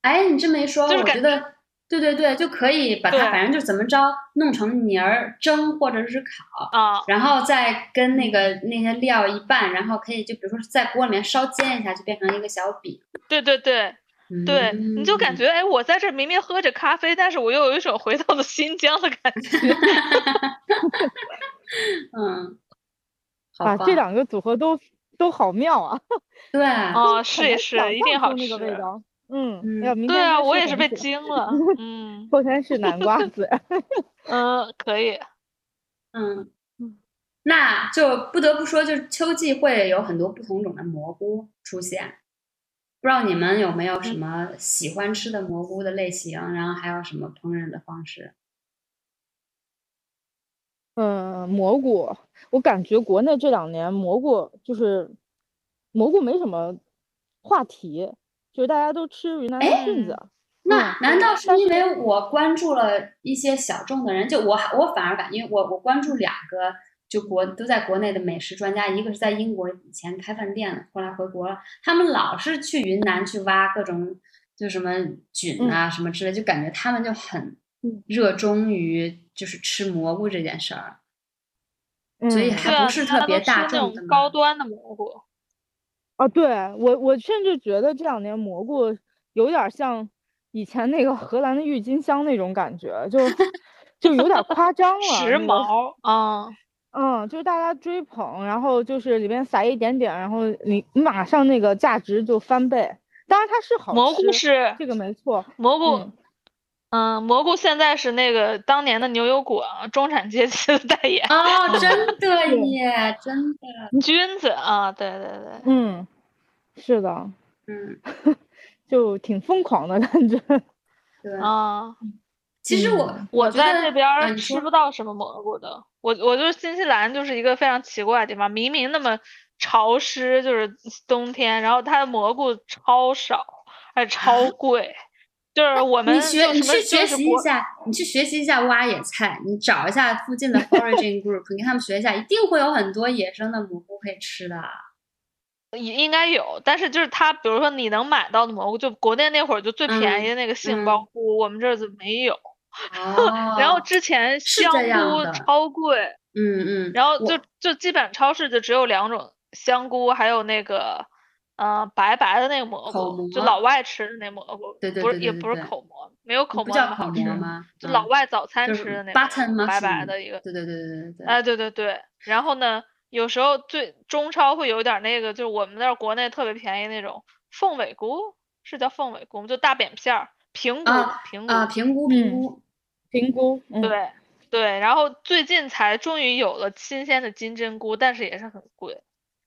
哎，你这么一说，
就是
我
感
觉得对对对，就可以把它，
对
反正就怎么着弄成泥儿蒸或者是烤，
啊，
然后再跟那个那些料一拌，然后可以就比如说在锅里面稍煎一下，就变成一个小饼。
对对对对，你就感
嗯
觉哎，我在这明明喝着咖啡，但是我又有一种回到了新疆的感觉。
嗯，好
啊，这
棒
两个组合都都好妙啊，
对，
哦，
很
是
难
是，
想
一定
象
好
出那
吃
个。味道。嗯，
嗯
哎呀，明
对
天
啊，
先
我
吃
也是
红
被
薯
惊了。 嗯
后天是南 瓜子，
嗯，可以。
嗯
嗯，
那就不得不说，就是秋季会有很多不同种的蘑菇出现。不知道你们有没有什
嗯
么喜欢吃的蘑菇的类型，然后还有什么烹饪的方式？
嗯，蘑菇，我感觉国内这两年蘑菇就是蘑菇没什么话题，就是大家都吃云南
哎
菌子。
那
嗯
难道是
但
因
是
为我关注了一些小众的人？就我还我反而感，因为我我关注两个，就国都在国内的美食专家，一个是在英国以前开饭店的，后来回国了，他们老是去云南去挖各种就什么菌啊什么之类，就感觉他们就很热衷于就是吃蘑菇这件事儿，所以还
嗯
对啊
不是
大家
特别
都吃
大
那
众
种
的嘛
高端的蘑菇，
啊，对，我我甚至觉得这两年蘑菇有点儿像以前那个荷兰的郁金香那种感觉， 就就有点儿夸张了，
时
那个
髦啊，
嗯，就是大家追捧，然后就是里面撒一点点，然后你马上那个价值就翻倍。当然它是好
蘑菇
吃
是
这个没错，
蘑菇
嗯，
嗯，蘑菇现在是那个当年的牛油果，中产阶级的代言
哦，真的耶，真的，
君子啊，对对对，
嗯，是的，
嗯，
就挺疯狂的感觉。
对。
啊，
其实我、
嗯
我
嗯我觉
在
得
那边
啊
儿
你
吃
说
不到什么蘑菇的，我我就是新西兰就是一个非常奇怪的地方，明明那么潮湿，就是冬天，然后它的蘑菇超少，还超贵，就是我
啊
们
你学，
就
你
什么
去学
就是
习
国
一下，你去学习一下挖野菜，你找一下附近的 foraging group，你跟他们学一下，一定会有很多野生的蘑菇可以吃的。
也应该有，但是就是它，比如说你能买到的蘑菇，就国内那会儿就最便
嗯
宜的那个杏鲍菇，我们这儿就没有。
哦，
然后之前
是
香
这样
菇
的
超贵，
嗯嗯，
然后
我
就就基本超市就只有两种香菇，还有那个呃白白的那个蘑
口
菇，就
蘑
老外吃的那蘑菇，
对对
不
对
是也
对
不是
对
口蘑，没有口
不
蘑
叫
那么
口
好
蘑
吃，
吗？
就
嗯
老外早餐
就是
吃的那
button
种白白
mushroom
的一个，
对对对对对对，
哎，对对对，然后呢，有时候最中超会有点儿那个，就是我们那儿国内特别便宜那种凤尾菇，是叫凤尾菇吗，就大扁片儿，平菇，
啊
平菇，
啊，评估评
嗯
估，
评估，嗯，
对对，然后最近才终于有了新鲜的金针菇，但是也是很贵，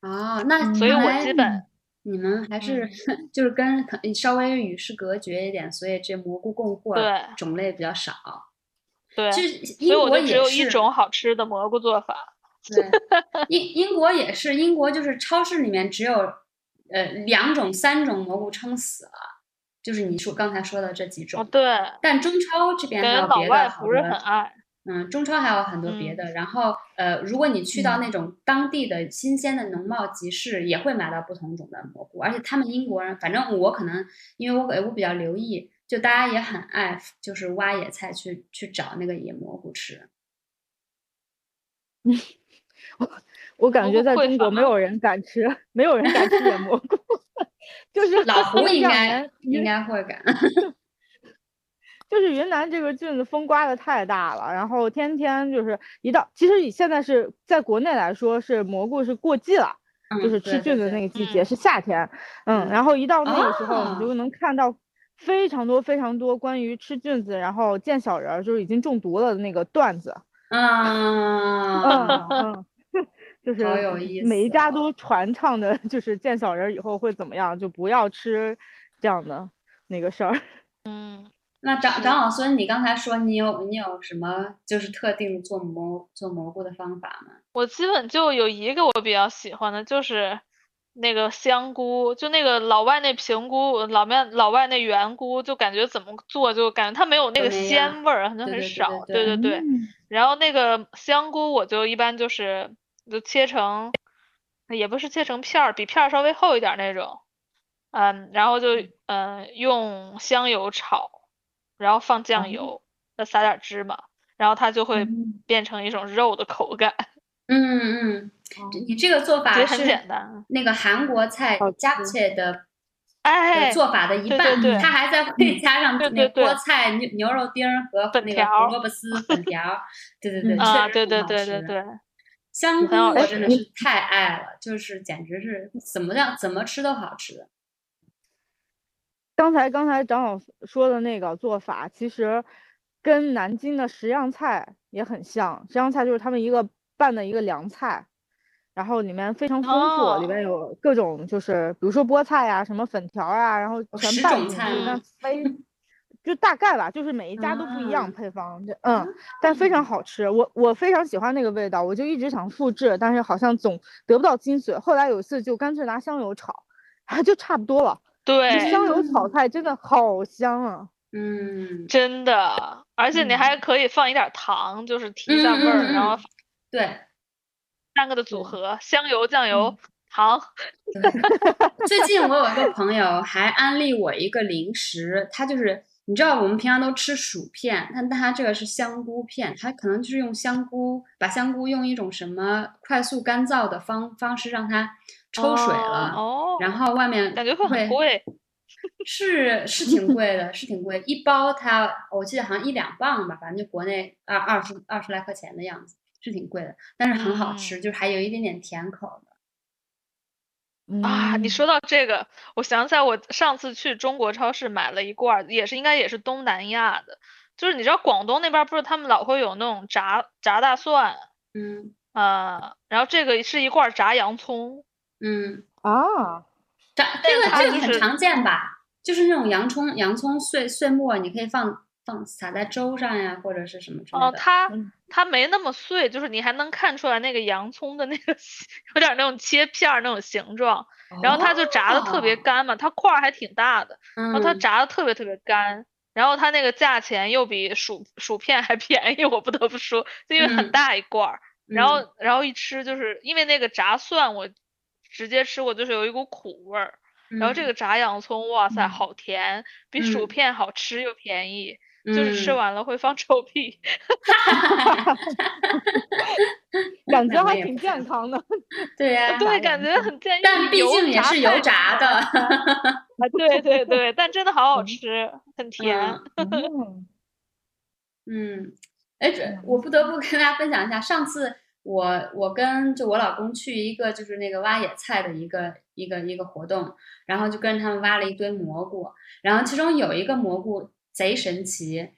哦，那
嗯
所以
看
我
来
基本嗯
你们还是就是跟可稍微与世隔绝一点，所以这蘑菇供货
对
种类比较少。
对，
就
所
是
以
英
我
国
就只
也
有
是，
一种好吃的蘑菇做法，
对，英英国也是，英国就是超市里面只有呃两种、三种蘑菇撑死了，就是你说刚才说的这几
哦
种。
对，
但中超这边
感
还
觉
有
老
别
外
的好
不是很
多，
爱，
嗯，中超还有很多别
嗯
的。然后呃，如果你去到那种当地的新鲜的农贸集市，也会买到不同种的蘑菇。而且他们英国人，反正我可能因为我我比较留意，就大家也很爱就是挖野菜去去找那个野蘑菇吃。
我感
蘑
哦
觉
菇
在
匮
中国
乏
没有人敢吃， 没有人敢吃野蘑菇， 就是
老
因
胡
为这
应
两
该
年
应
云
该会感。
就是云南这个菌子风刮的太大了，然后天天就是一到，其实你现在是在国内来说是蘑菇是过季了，
嗯
就是吃
对对
菌子
对
那个季
嗯
节是夏天，嗯，然后一到那个时候
啊
你就能看到非常多非常多关于吃菌子然后见小人儿就是已经中毒了的那个段子，嗯
啊，
嗯。就是
好有意
每一
思
家
哦
都传唱的， 就是见小人儿以后会怎么样，就不要吃这样的那个事儿。
嗯，
那张
是
张老孙，你刚才说你有你有什么就是特定的做蘑做蘑菇的方法吗？
我基本就有一个我比较喜欢的，就是那个香菇，就那个老外那平菇，老面老外那圆菇，就感觉怎么做就感觉它没有那
都
个
那样
鲜味儿，好像
对
很
对对对
少。
对
对对，
嗯
然后那个香菇我就一般就是就切成，也不是切成片儿，比片儿稍微厚一点儿那种，嗯，然后就嗯、呃用香油炒，然后放
哦
酱油，再撒点儿芝麻，然后它就会
嗯
变成一种肉的口感，
嗯嗯，这你这个做
其
法
实很
是
简单。
那个韩国菜
好
japchae 的
哎
的，做法的一
对对
半，
对
它还 在会加上
对
那
对对
菠菜、牛牛肉丁儿和
粉
那个
条
胡
儿
萝卜 丝、粉条儿。对对对，
嗯
确
啊，
实
对
很
对
好
对对
吃
对，
香菇
很好
我
吃
真的是太爱了，就是简直是怎么样怎么吃都好吃的。
刚才刚才张老师说的那个做法，其实跟南京的十样菜也很像。十样菜就是他们一个拌的一个凉菜，然后里面非常丰富，里
哦
面有各种就是比如说菠菜啊、什么粉条啊，然后
哦十
全拌
种
进去，
菜
但
吗
非就大概吧，就是每一家都不一样
啊
配方，这嗯，但非常好吃。我我非常喜欢那个味道，我就一直想复制，但是好像总得不到精髓。后来有一次就干脆拿香油炒， 就差不多了。这
对，
香油炒菜真的好香啊！
嗯，
真的，而且你还可以放一点儿糖，就是提一下味儿，
嗯嗯
然后
嗯 对，
三个的组
对
合，香油、
嗯
酱油、糖，
最近我有一个朋友还安利我一个零食，它就是你知道我们平常都吃薯片，但它这个是香菇片，它可能就是用香菇把香菇用一种什么快速干燥的方方式让它抽水了，
哦，
然后外面
感觉会很贵，
是是挺贵的，是挺贵，一包它我记得好像一两磅吧，反正就国内二二十二十来块钱的样子，是挺贵的，但是很好吃，
嗯
就是还有一点点甜口的。
啊，你
嗯
说到这个，我想起来我上次去中国超市买了一罐儿，也是应该也是东南亚的，就是你知道广东那边儿不是他们老会有那种炸炸大蒜，
嗯
啊，然后这个是一罐儿炸洋葱，
嗯，
啊，
炸
但
这个
它
这个
就
很
是
常见吧？就是那种洋葱洋葱碎碎末，你可以放放撒在粥上呀，或者是什么之类的。
哦，它
嗯
它没那么碎，就是你还能看出来那个洋葱的那个 有点儿那种切片儿那种形状，然后它就炸的特别
哦，嗯
干嘛，它块儿还挺大的，然
然
后它炸的特别特别干，然后它那个价钱又比薯薯片还便宜，我不得不说，就因为
嗯
很大一罐儿，然后然后一吃就是因为那个炸蒜我直接吃我就是有一股苦味儿，然后这个炸洋葱哇塞
嗯
好甜，比薯
嗯
片好吃又便宜，
就
就是吃完了会放臭屁。
感觉
感
还
觉也
挺
不
健 康的。
对呀，
对，
炸
感
洋
觉
葱
很建议。
但毕竟也是油
太
炸
多
的
了啊，对对对，但真的好好
嗯
吃，很甜。
嗯
嗯
嗯，哎，这我不得不跟大家分享一下，上次我我跟就我老公去一个就是那个挖野菜的一个一个一个活动，然后就跟他们挖了一堆蘑菇，然后其中有一个蘑菇贼神奇，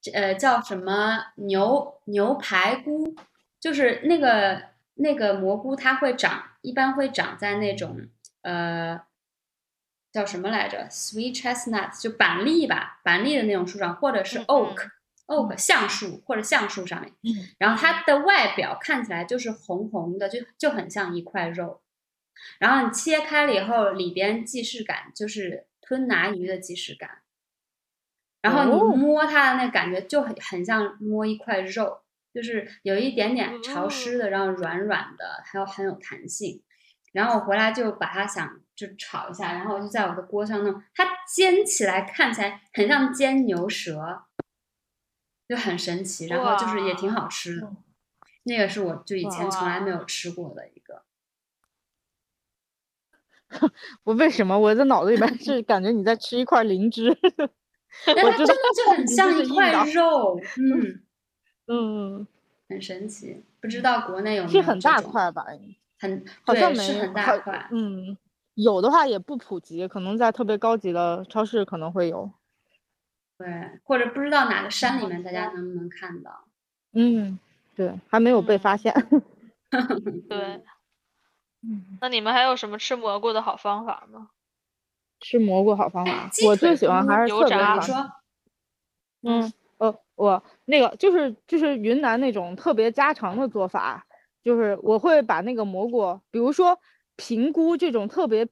这呃叫什么牛牛排菇，就是那个那个蘑菇它会长，一般会长在那种呃。叫什么来着？Sweet chestnut 就板栗吧，板栗的那种树上，或者是
嗯
oak，、
嗯
oak 橡树或者橡树上面，
嗯
然后它的外表看起来就是红红的，就就很像一块肉。然后你切开了以后，里边即视感就是吞拿鱼的即视感。然后
哦
你摸它的那感觉就很很像摸一块肉，就是有一点点潮湿
哦
的，然后软软的，还有很有弹性。然后我回来就把它想就炒一下，然后我就在我的锅上弄，它煎起来看起来很像煎牛舌，就很神奇，然后就是也挺好吃的
哇。
那个是我就以前从来没有吃过的一个，
我为什么我的脑子里边是感觉你在吃一块灵芝？
但
我
它
知
真的就
道
很像一块
你
肉，嗯，
嗯，
很神奇。不知道国内有没有
是很
这
大
种
块吧？
很
好像
对，
没
是
有
很大
好
块。
嗯，有的话也不普及，可能在特别高级的超市可能会有。
对，或者不知道哪个山里面大
好
家能不能看到。
嗯，对，还没有被发
嗯
现。
对，
嗯，
那你们还有什么吃蘑菇的好方法吗？
吃蘑菇好方
哎
法，
鸡
我最
腿
喜欢
菇
还是
油
特别
炸
传
你说，
嗯，呃，我那个就是就是云南那种特别家常的做法，就是我会把那个蘑菇，比如说平菇这种特别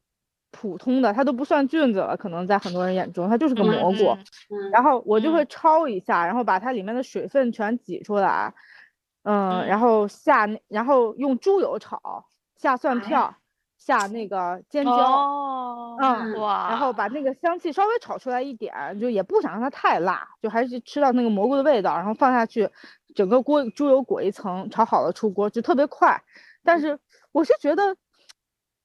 普通的，它都不算菌子了，可能在很多人眼中，它就是个蘑菇。
嗯
嗯，
然后我就会
嗯
焯一下，然后把它里面的水分全挤出来，嗯，
嗯
然后下那，然后用猪油炒，下蒜
哎
片儿，下那个尖椒，
啊哦，
嗯
哇，
然后把那个香气稍微炒出来一点儿，就也不想让它太辣，就还是吃到那个蘑菇的味道，然后放下去，整个锅猪油裹一层，炒好了出锅就特别快。
嗯
但是我是觉得，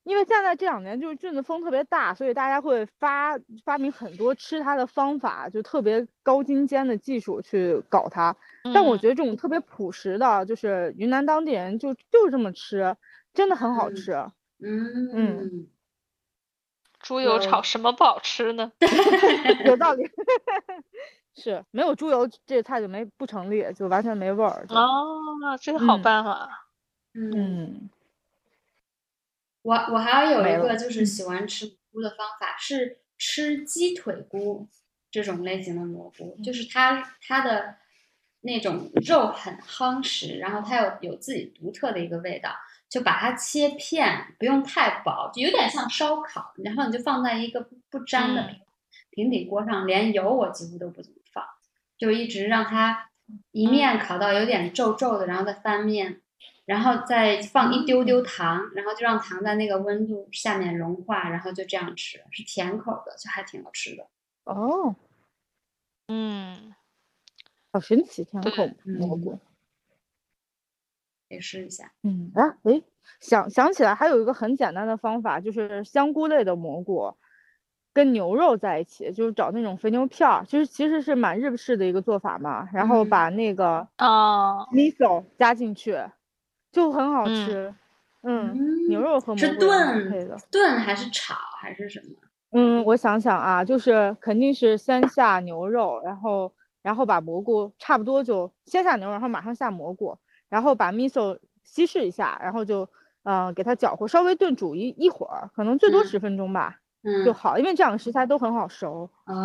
因为现在这两年就是菌子风特别大，所以大家会发发明很多吃它的方法，就特别高精尖的技术去搞它。但我
嗯
觉得这种特别朴实的，就是云南当地人就就是这么吃，真的很好
嗯
吃。
嗯，
猪油
有
炒什么不好吃 呢？
有道理， 是没有猪油这菜就没不成立，就完全没味儿。就
哦，这个好
嗯
办法。
嗯，
嗯，
我我还有
没
一
了
个就是
嗯
喜欢吃蘑菇的方法是吃鸡腿菇这种类型的蘑菇，
嗯
就是它它的那种肉很夯实，然后它有有自己独特的一个味道，就把它切片，不用太薄，就有点像烧烤，然后你就放在一个不不粘的
嗯
平平底锅上，连油我几乎都不怎么放，就一直让它一
嗯
面烤到有点皱皱的，然后再翻面，然后再放一丢
嗯
丢糖，然后就让糖在那个温度下面融化，然后就这样吃，是甜口的，就还挺好吃的。
哦，
嗯，
好神奇，天后蘑
嗯
菇。
得试一下。
嗯啊，诶，想想起来还有一个很简单的方法，就是香菇类的蘑菇跟牛肉在一起，就是找那种肥牛片儿，就是其实是蛮日式的一个做法嘛，然后
嗯
把那 个
哦，
miso 加进去，就很好
嗯
吃。嗯，
嗯
牛肉和蘑
是
菇也蛮配
炖
的。
嗯炖还是炒还是什么？
嗯，我想想啊，就是肯定是先下牛肉，然后然后把蘑菇差不多就先下牛肉，然后马上下蘑菇，然后把 miso 稀释一下，然后就呃给它搅和，稍微炖煮一一会儿，可能最多
嗯
十分钟吧
嗯
就好，因为这两个食材都很好熟。
嗯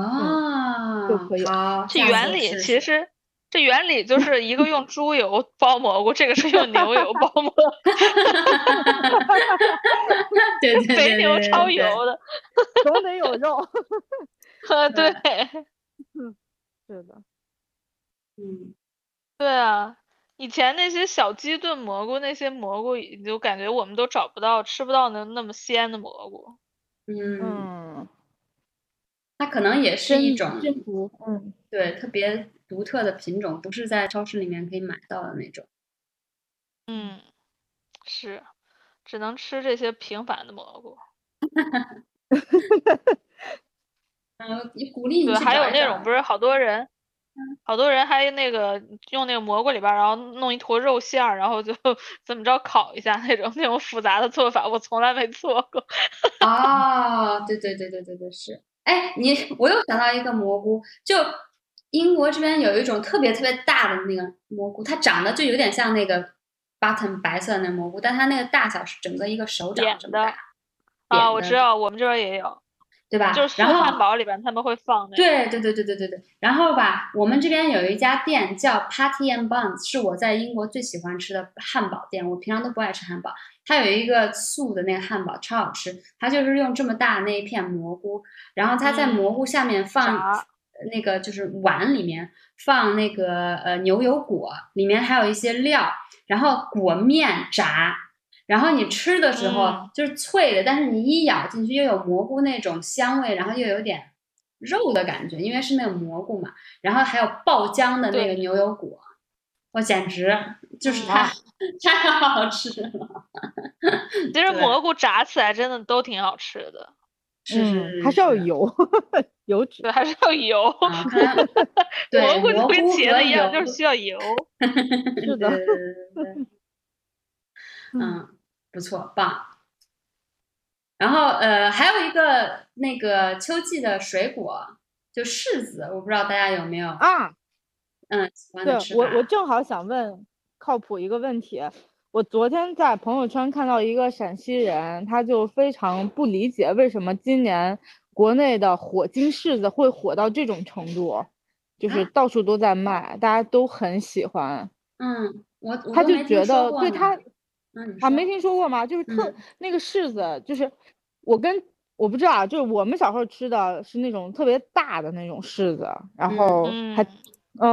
哦，
就可以
好，
这
下次
原理
试
其
试
实。这原理就是一个用猪油包蘑菇，这个是用牛油 包蘑菇，
对对对
肥牛
对
超
对
油的。
总得有肉。
呃，
对
对，
是的，
嗯，
对啊，以前那些小鸡炖蘑菇，那些蘑菇已就感觉我们都找不到，吃不到能那么鲜的蘑菇。
嗯，
嗯，
它可能也是一
真
种
真不，嗯，
对特别独特的品种，不是在超市里面可以买到的那种。
嗯，是，只能吃这些平凡的蘑菇。
嗯，也鼓励你
对，
去
还有
找一
那
找啊嗯
种不是好多人，好多人还那个用那个蘑菇里边儿，然后弄一坨肉馅儿，然后就怎么着烤一下那种那种复杂的做法，我从来没做过。
哦，对对对对对对，是。哎，你我又想到一个蘑菇，就英国这边有一种特别特别大的那个蘑菇，它长得就有点像那个 button 白色的那蘑菇，但它那个大小是整个一个手掌
扁
这么大
的，啊，
扁
我知
的
道，我们这边儿也有，
对吧？
就是素
然后
汉堡里边他们会放那个。
对对对对对对对。然后吧，我们这边有一家店叫 Patty and Buns，是我在英国最喜欢吃的汉堡店。我平常都不爱吃汉堡，它有一个素的那个汉堡超好吃。它就是用这么大那一片蘑菇，然后它在
嗯
蘑菇下面放、
炸
那个就是碗里面放那个呃牛油果，里面还有一些料，然后裹面炸。然后你吃的时候
嗯
就是脆的，但是你一咬进去又有蘑菇那种香味，然后又有点肉的感觉，因为是那个蘑菇嘛。然后还有爆浆的那
对
个牛油果，我简直就是
嗯
太、 太好吃了。
其实
对
蘑菇炸起来真的都挺好吃的，
是是
嗯
是
嗯还是要有
是
油，油 脂。
对，还是要油。
啊，看来 对
蘑菇就
蘑
跟
菇
茄
和
子一样，
油
就是需要油。
是
对对对
的，
对对对，嗯，不错，棒。然后呃，还有一个那个秋季的水果，就柿子，我不知道大家有没有
啊，
嗯喜欢
对
的吃
我
法。，
我正好想问靠谱一个问题。我昨天在朋友圈看到一个陕西人，他就非常不理解为什么今年国内的火鸡柿子会火到这种程度，就是
啊
到处都在卖，大家都很喜欢。
嗯，我我
他
都
就
没听
觉
说
得
过
对
呢
他
嗯你
啊，没
说
听说过吗？就是特、
嗯
那个柿子，就是我跟我不知道啊，就是我们小时候吃的是那种特别大的那种柿子，然
嗯
后还
嗯，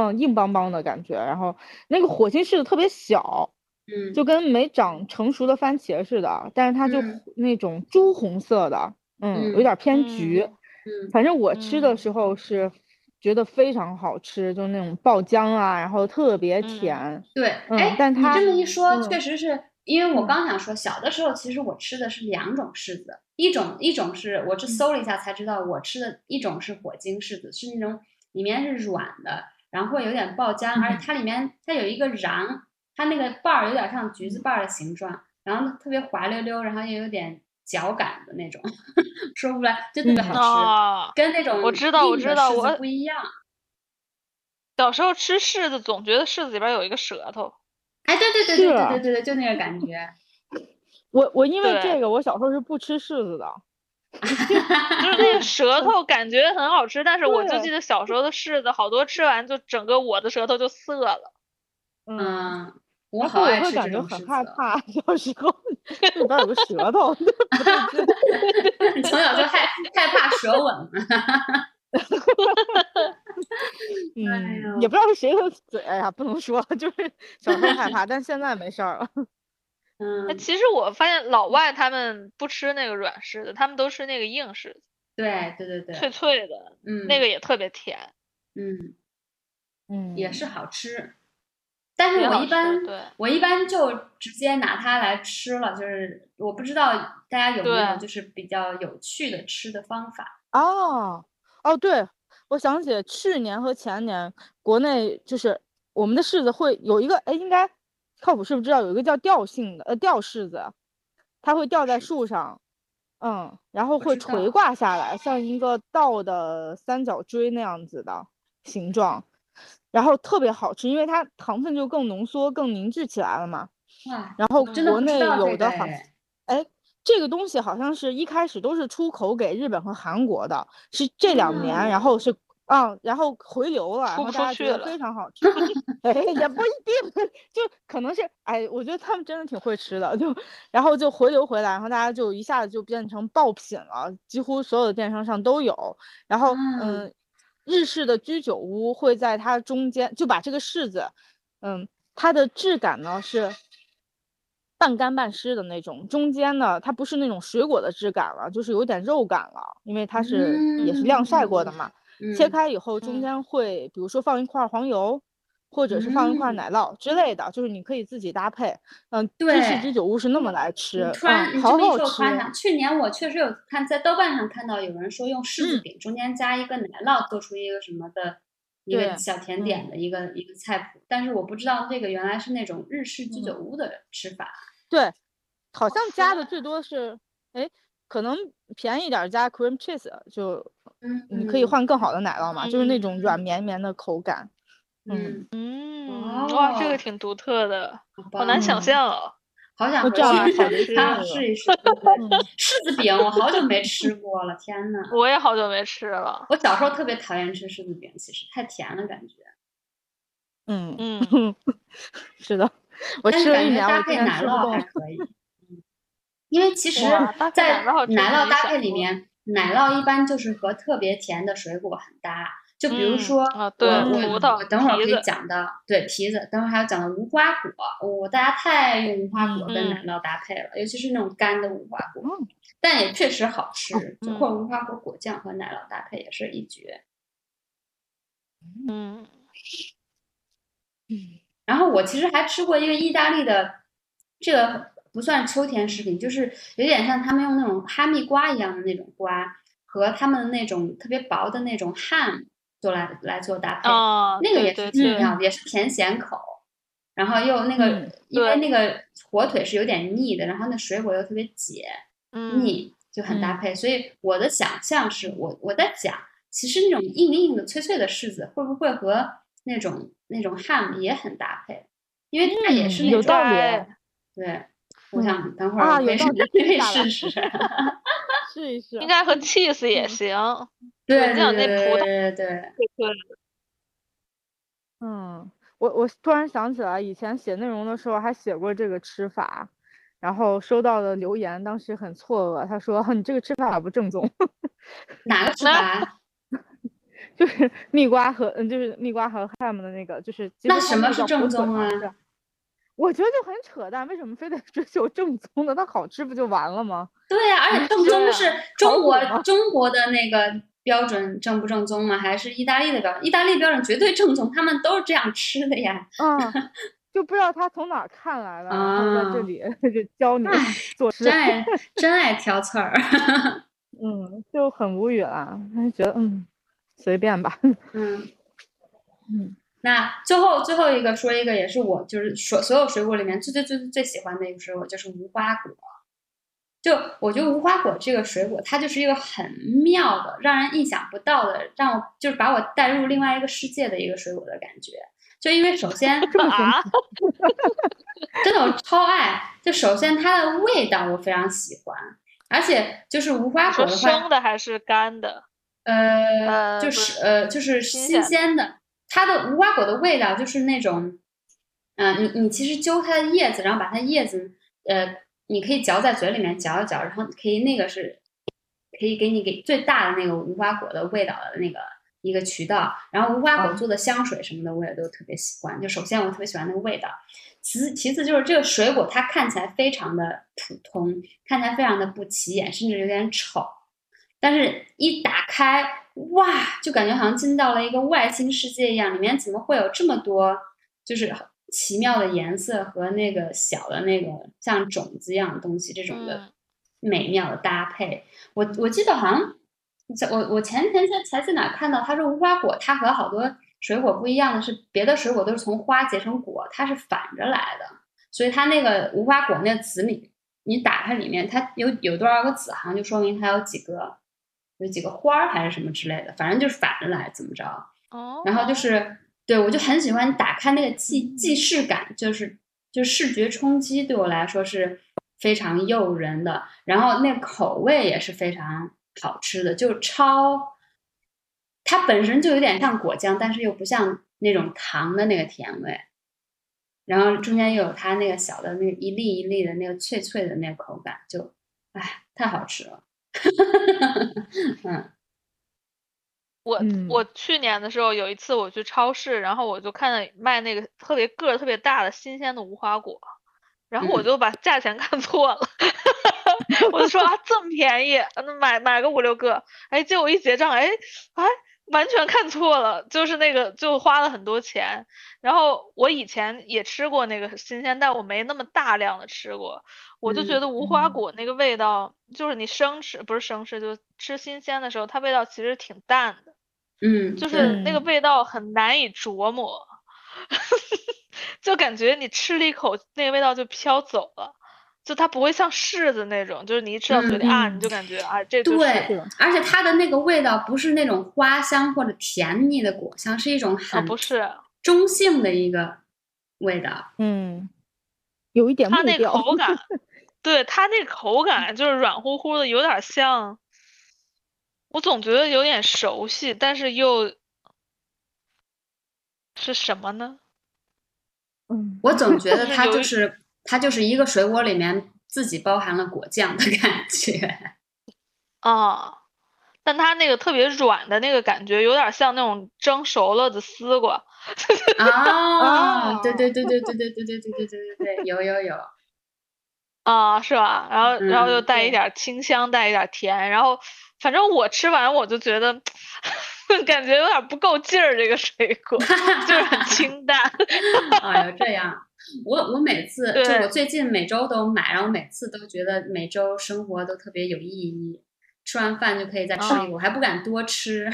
嗯硬邦邦的感觉，然后那个火星柿子特别小，
嗯
就跟没长成熟的番茄似的，但是它就
嗯
那种朱红色的，嗯，有
嗯
点儿偏橘。
嗯
嗯
反正我吃的时候是觉得非常好吃，就那种爆浆啊，然后特别
嗯
甜。
对，
嗯
哎，
但
你
它
这么一说，
嗯
确实是因为我
嗯
刚想说，小的时候其实我吃的是两种柿子，一种一种是
嗯
我这搜了一下才知道，我吃的一种是火晶柿子，是那种里面是软的，然后会有点爆浆，
嗯
而且它里面它有一个瓤，它那个瓣儿有点像橘
嗯
子瓣儿的形状，然后呢特别滑溜溜，然后也有点嚼感的那种， 说不出来，就特别
嗯
好吃，
啊，
跟那种
我知道我
硬
知
的
道
柿子
我
不一样。
小时候吃柿子，总觉得柿子里边有一个舌头。
哎，对对对对
是
对
啊
对对对，就那个感觉。
我我因为这
对
个，我小时候是不吃柿子的。
就是 那个舌头感觉很好吃，但是我就
对
记得小时候的柿子，好多吃完就整个我的舌头就涩了。
嗯，
嗯，我
然
好
后我
爱
会
吃这
感觉
种
很
柿
害
子哎哦
怕， 小时候里边有个 舌头，不对劲。
你 从小就害害怕舌吻 吗？哎
嗯，
呦
也不知道是谁的嘴，哎呀，不能说，就是小时候害怕，但现在没事儿了。
哎，
嗯，
其实我发现老外他们不吃那个软柿子，他们都吃那个硬柿子，
对对对对，
脆脆的，
嗯，
那个也特别甜。
嗯，
嗯，
也是好吃。但是
也
我
好
一
吃
般
对
我一般就直接拿它来吃了，就是我不知道大家有没有
对
就是比较有趣的吃的方法。
哦哦，对，我想起去年和前年国内就是我们的柿子会有一个，哎，应该靠谱是不是知道有一个叫吊杏的，呃，吊柿子，它会吊在树上，嗯，然后
我
会
知
垂
道
挂下来，像一个倒的三角锥那样子的形状，然后特别好吃，因为它糖分就更浓缩、更凝聚起来了嘛。
哇，
然后
我真的
国
不知
内
道
有
这个
的好。
哎，
哎，这个东西好像是一开始都是出口给日本和韩国的，是这两年，然后是啊，然后回流了，
嗯
然
出不
后大
出
家
去
觉得
了
非 常好吃， 哎，也不一定，就可能是哎，我觉得他们真的挺会吃的，就然后就回流回来，然后大家就一下子就变成爆品了，几乎所有的电商上都有，然后
嗯
嗯，日式的居酒屋会在它中间就把这个柿子，嗯，它的质感呢是半干半湿的那种，中间呢它不是那种水果的质感了，就是有点肉感了，因为它是、也是晾晒过的嘛。切
嗯
开以后，中
嗯
间会比如说放一块儿黄油，或者是放一块儿
嗯
奶酪之类的，就是你可以自己搭配。嗯，日式
对
居酒屋是那么来
你
吃，
突然
嗯，
你这
好
么一
好
说，我夸
吃
下。。去年我确实有看在豆瓣上看到有人说用柿
嗯
子饼中间加一个奶酪做出一个什么的一个
对嗯
小甜点的一个一个菜谱，但是我不知道这个原来是那种日式居
嗯
酒屋的吃法。
对，好像
吃啊
加
的
的最多是，哎，可能便宜点儿加 cream cheese，就
嗯，
你可以换更好的奶酪嘛，就是那种
嗯
软绵绵的口感。嗯，
嗯，
嗯，哇，这
哦
个挺独特的，好
棒
难想
嗯
象哦。
好想
我
回
这样
去
好难啊吃
尝
了嗯
试一试。柿子饼我好久没吃过了，天呐，
我也好久没吃 了。
我小时候特别讨厌吃柿子饼，其实太甜了感觉。
嗯 嗯，
嗯，
是的，我
但是
吃
感
了
觉
一年，
搭
我
配
竟然
奶
吃不
酪啊还
动。
可以，嗯因为其实
哇搭，配
在
奶酪真
奶酪
没
搭
想
配里
过
面，奶酪一般就是和特别甜的水果很搭，就比如
嗯
说
啊
我
对
我
葡萄
我等会儿可
提
以
子
讲到对提子，等会儿还要讲到无花果，我大家太用无花果跟奶
嗯
酪搭配了，尤其是那种干的无花果，
嗯
但也确实好吃，就
嗯
或者无花果果酱和奶酪搭配也是一绝。
嗯，
然后我其实还吃过一个意大利的，这个不算秋天食品，就是有点像他们用那种哈密瓜一样的那种瓜，和他们的那种特别薄的那种ham 做来来做搭配，
啊，
那个
对
也
对
是挺
对，
妙的，也是甜咸口。然后又那个，
嗯
因为那
对
个火腿是有点腻的，然后那水果又特别解，
嗯，
腻就很搭配。所以我的想象是我我在想，其实那种硬硬的、脆脆的柿子，会不会和那种那种 ham 也很搭配？因为它也是
嗯
那
有
种、
道理
对
对，我
嗯
想等会
啊
儿
有
没事
道理
可以
下来
试试。
试一试
应。该和 cheese 也
嗯
行。
对
这样
对
那
对
葡萄
对对，
对对，
嗯，我我突然想起来，以前写内容的时候还写过这个吃法，然后收到的留言，当时很错愕，他说 你这个吃法不正宗，
哪个吃法？
就是蜜瓜和嗯，就是蜜瓜和 ham 的那个，就是其
那
实它
什么
那个
是
叫
正
火腿
宗
嘛
啊？
是我觉得就很扯淡，为什么非得 追求正宗的？它好吃不就完了吗？
对呀、而且正
对
宗
啊
是中国
好苦啊
中国的那个标准正不正宗吗？还是意大利的标准？意大利标准绝对正宗，他们都是这样吃的呀。
嗯，就不知道他从哪儿看来的，然后在这
啊
里 就教你
唉
做事
真，爱真爱挑刺儿。
嗯，就很无语了，就觉得嗯，随便吧，
嗯，
嗯，
那最后最后一个说一个，也是我就是所所有水果里面最最最最最喜欢的一个水果就是无花果。就我觉得无花果这个水果，它就是一个很妙的、让人意想不到的，让我就是把我带入另外一个世界的一个水果的感觉。就因为首先
啊，
真的我超爱，就首先它的味道我非常喜欢，而且就是无花果的
说
话，
生的还是干的？
呃，
呃
就
不
是
是
呃，就是
新
新
鲜
鲜的，它的无花果的味道就是那种，嗯、你你其实揪它的叶子，然后把它叶子，呃，你可以嚼在嘴里面嚼一嚼，然后可以那个是，可以给你给最大的那个无花果的味道的那个一个渠道。然后无花
哦
果做的香水什么的，我也都特别喜欢。就首先我特别喜欢那个味道，其次其次就是这个水果它看起来非常的普通，看起来非常的不起眼，甚至有点丑。但是一打开，哇，就感觉好像进到了一个外星世界一样，里面怎么会有这么多就是奇妙的颜色和那个小的那个像种子一样的东西这种的美妙的搭配？我我记得好像在我我前天才才在哪看到，他说无花果它和好多水果不一样的是，别的水果都是从花结成果，它是反着来的，所以它那个无花果那个籽里，你打开里面它有有多少个籽，好像就说明它有几个。有几个花儿还是什么之类的，反正就是反着来，怎么着？
哦，
然后就是对我就很喜欢打开那个既既视感，就是就视觉冲击对我来说是非常诱人的。然后那口味也是非常好吃的，就超它本身就有点像果酱，但是又不像那种糖的那个甜味。然后中间又有它那个小的那一粒一粒的那个脆脆的那个口感，就哎太好吃了。 嗯，
我
嗯
我去年的时候有一次我去超市，然后我就看到卖那个特别个儿特别大的新鲜的无花果，然后我就把价钱看错了， 我就说啊这么便宜，那买买个五六个，哎，结果一结账，哎哎。完全看错了，就是那个就花了很多钱。然后我以前也吃过那个新鲜，但我没那么大量的吃过。我就觉得无花果那个味道，嗯、就是你生吃不是生吃，就吃新鲜的时候，它味道其实挺淡的。
嗯，
就是那个味道很难以琢磨， 就感觉你吃了一口，那个味道就飘走了。就它不会像柿子那种，就是你一吃到嘴里、
嗯、
啊，你就感觉啊，这
对，
就是
而且它的那个味道不是那种花香或者甜腻的果香，是一种很、
啊、不是
中性的一个味道。
嗯，有一点
它那 口感，对它那口感就是软乎乎的，有点像，我总觉得有点熟悉，但是又是什么呢？
嗯，
我总觉得它就是。它就是一个水果里面自己包含了果酱的感觉，
哦，但它那个特别软的那个感觉，有点像那种蒸熟了的丝瓜。
啊哦，对对对对对对对对对对对对对，有有有。
啊、哦，是吧？然后，然后又带一点清香，
嗯、
带一点甜，然后反正我吃完我就觉得。 感觉有点不够劲儿，这个水果就是很 清淡。
哎呦，这样，我我每次就我最近每周都买，然后每次都觉得每周生活都特别有意义。吃完饭就可以再吃一个，哦、我还不敢多吃，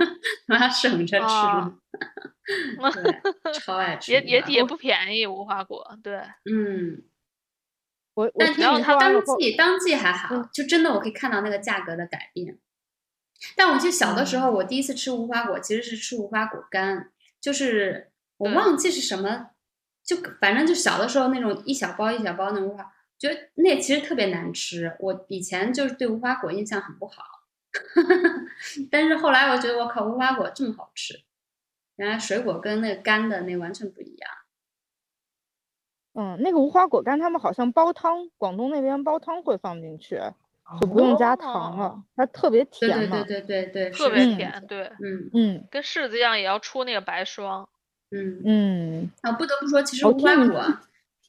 我要省着吃。
哦、
对，超爱吃。
也也也不便宜，无花果。对，
嗯，
我
但
然后
它当季当季还好，嗯、就真的我可以看到那个价格的改变。但我记得小的时候，我第一次吃无花果其实是吃无花果干，就是我忘记是什么，就反正就小的时候那种一小包一小包那种无花，觉得那其实特别难吃。我以前就是对无花果印象很不好， 但是后来我觉得我靠，无花果这么好吃，原来水果跟那个干的那完全不一样。
嗯，那个无花果干他们好像煲汤，广东那边煲汤会放进去。就不用加糖了，它特别甜
嘛，哦对对对对对，
特别甜，对，
嗯
嗯，
跟柿子一样，也要出那个白霜，
嗯
嗯。
啊，不得不说，其实无花果
啊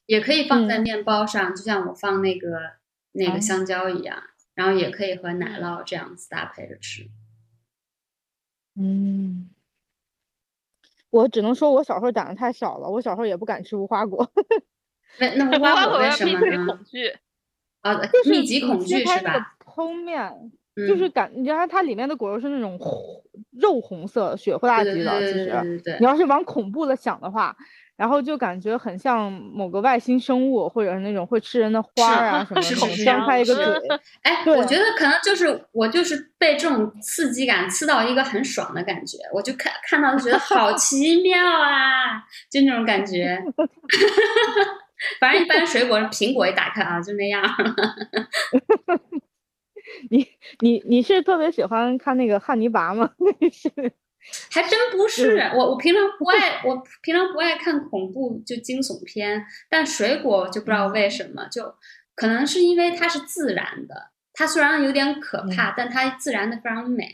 也可以放在面包上，就像我放那个那
哦
个香蕉一样，然后也可以和奶酪这样子搭配着吃。
嗯，我只能说我小时候胆子太小了，我小时候也不敢吃无花果。
那那 无花
果
为什么呢？
恐惧。
啊，
就是
密集恐惧
是
吧？嗯
剖面就是感，你知道它里面的果肉是那种红肉红色，血呼啦叽的。其实，你要是往恐怖了想的话，然后就感觉很像某个外星生物，或者是那种会吃人的花啊什么的，张开一个嘴。
哎，
啊
我觉得可能就是我就是被这种刺激感刺到一个很爽的感觉，我就看看到就觉得 好奇妙啊，就那种感觉。 反正一般水果，苹果一打开啊，就那样。
你你你是特别喜欢看那个汉尼拔吗？
还真不是，我我平常不爱，我平常不爱看恐怖就惊悚片，但水果就不知道为什么，就可能是因为它是自然的，它虽然有点可怕，
嗯、
但它自然的非常美。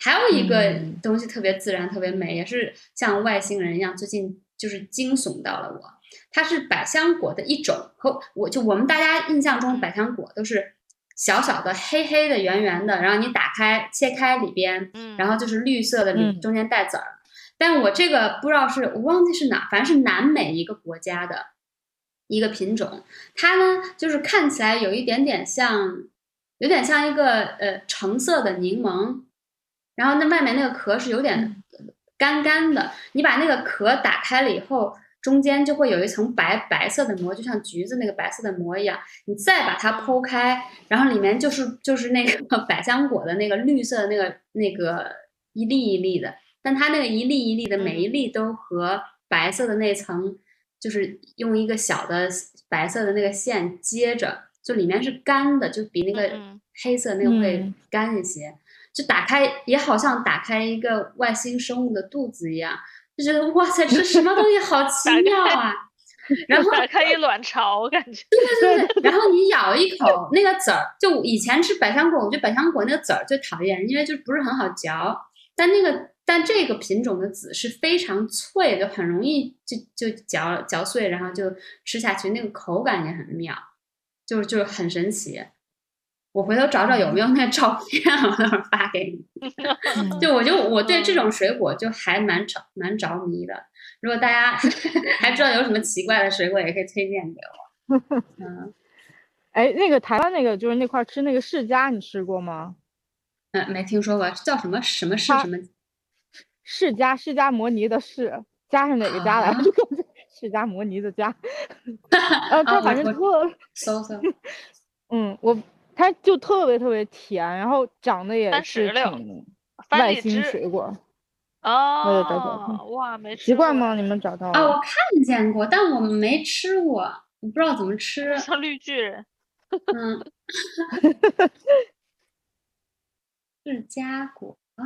还有一个东西特别自然，特别美，也是像外星人一样，最近就是惊悚到了我。它是百香果的一种，和我就我们大家印象中百香果都是小小的、黑黑的、圆圆的，然后你打开切开里边，
嗯
然后就是绿色的里，
嗯
中间带籽儿。但我这个不知道是我忘记是哪，反正是南美一个国家的一个品种，它呢就是看起来有一点点像，有点像一个呃橙色的柠檬，然后那外面那个壳是有点干干的，你把那个壳打开了以后。中间就会有一层白白色的膜，就像橘子那个白色的膜一样。你再把它剖开，然后里面就是就是那个百香果的那个绿色的那个那个一粒一粒的，但它那个一粒一粒的每一粒都和白色的那层，就是用一个小的白色的那个线接着，就里面是干的，就比那个
嗯
黑色那个会
嗯
干一些。就打开也好像打开一个外星生物的肚子一样，就觉得哇塞，这什么东西好奇
打
妙啊！ 然后
打 开一卵巢，感 觉
对对对，然后你咬一口那个籽儿，就以前吃百香果，我觉得百香果那个籽儿最讨厌，因为就不是很好嚼。但那个但这个品种的籽是非常脆的，很容易就就嚼嚼碎，然后就吃下去，那个口感也很妙，就是就是很神奇。我回头找找有没有那照片，我到时候发给你。
嗯
就我就我对这种水果就还蛮着蛮着迷的。如果大家 还知道有什么奇怪的水果，也可以推荐给我。
哎，那个台湾那个就是那块儿吃那个释迦，你吃过吗？
嗯，没听说过，叫什么什么是
它
什么？
释迦，释迦摩尼的释，迦是哪个迦来
啊
着？ 释迦摩尼的迦。 呃，它
嗯
我
反正
我
特，
搜搜。
哦嗯，我它就特别特别甜，然后长得也
番
是
石榴
挺
番
外
荔
星
枝
水果。对对对
哦，哇，没
嗯习
吃
惯
过
吗？
哎
你们找到
啊，
了？
我看见过，但我没吃过，我不知道怎么 吃。
像绿巨人，
嗯，释迦果哦，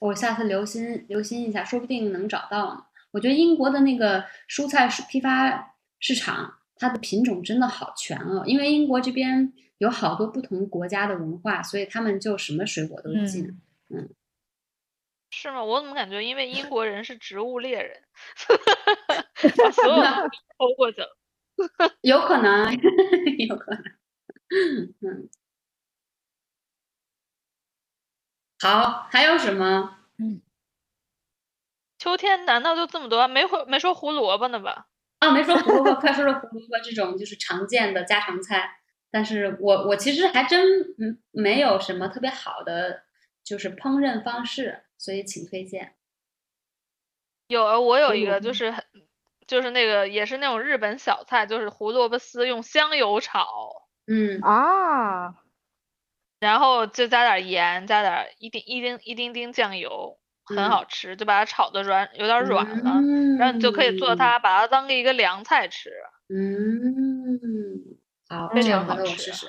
我下次留心留心一下，说不定能找到呢。我觉得英国的那个蔬菜市批发市场，它的品种真的好全哦，因为英国这边有好多不同国家的文化，所以他们就什么水果都进。
嗯
是吗？我怎么感觉因为英国人是植物猎人，把所有东西都偷过去了。
有可能， 有可能。嗯，好，还有什么？
秋天难道就这么多？啊没回没说胡萝卜呢吧？
啊，没说胡萝卜，快说说胡萝卜这种就是常见的家常菜。但是我我其实还真嗯没有什么特别好的就是烹饪方式，所以请推荐。
有啊，我有
胡
一
萝
个
卜
就是很，就是那个也是那种日本小菜，就是胡萝卜丝用香油炒，
嗯，
啊，
然后就加点儿盐，加点儿一丁一丁一丁丁酱油，很
嗯
好吃，就把它炒的软，有点儿软了，
嗯
然后你就可以做它，。把它当一个凉菜吃。
嗯，好，
非
这个
常
回头
好
我试
吃
试。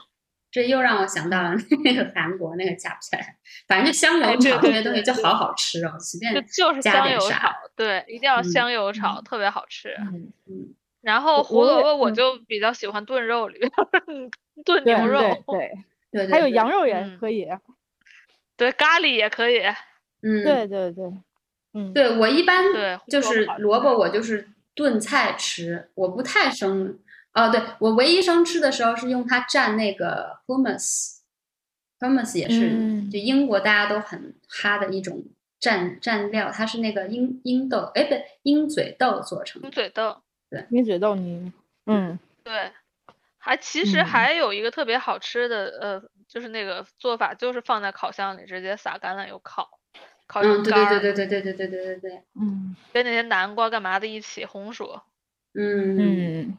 这又让我想到了那个 韩国那个夹菜，反正就香油
哎对
炒这
对
些东西
对
就
对
好好吃哦，随便
就就是
加
香
点
油
啥
炒，对，一定要
嗯
香油炒，特别好吃。
啊
嗯
然后
我
胡
我
萝
也
卜我
嗯
就比较喜欢炖肉里边儿， 炖
对
牛肉，
对对，
哦对对，
还有
对
羊肉也
嗯
可以。 啊
对咖喱也可以，
嗯，
对对对，嗯，
对我一般
对胡
就
萝卜
是
好吃
萝卜，我就是炖菜吃，我不太生。哦，对我唯一生吃的时候是用它蘸那个 hummus，hummus 也是、
嗯
就英国大家都很哈的一种蘸蘸料，它是那个鹰鹰豆，哎，不对，鹰嘴豆做成
嗯
鹰
的。
嘴豆。
米嘴豆泥。嗯，
对，还其实
嗯
还有一个特别好吃的，呃，就是那个做法，就是放在烤箱里直接撒橄榄油烤，烤
嗯，
成
对
干
对
儿，
对对对对对对对对对，
嗯
跟那些南瓜干嘛的一起红薯。
嗯，
嗯，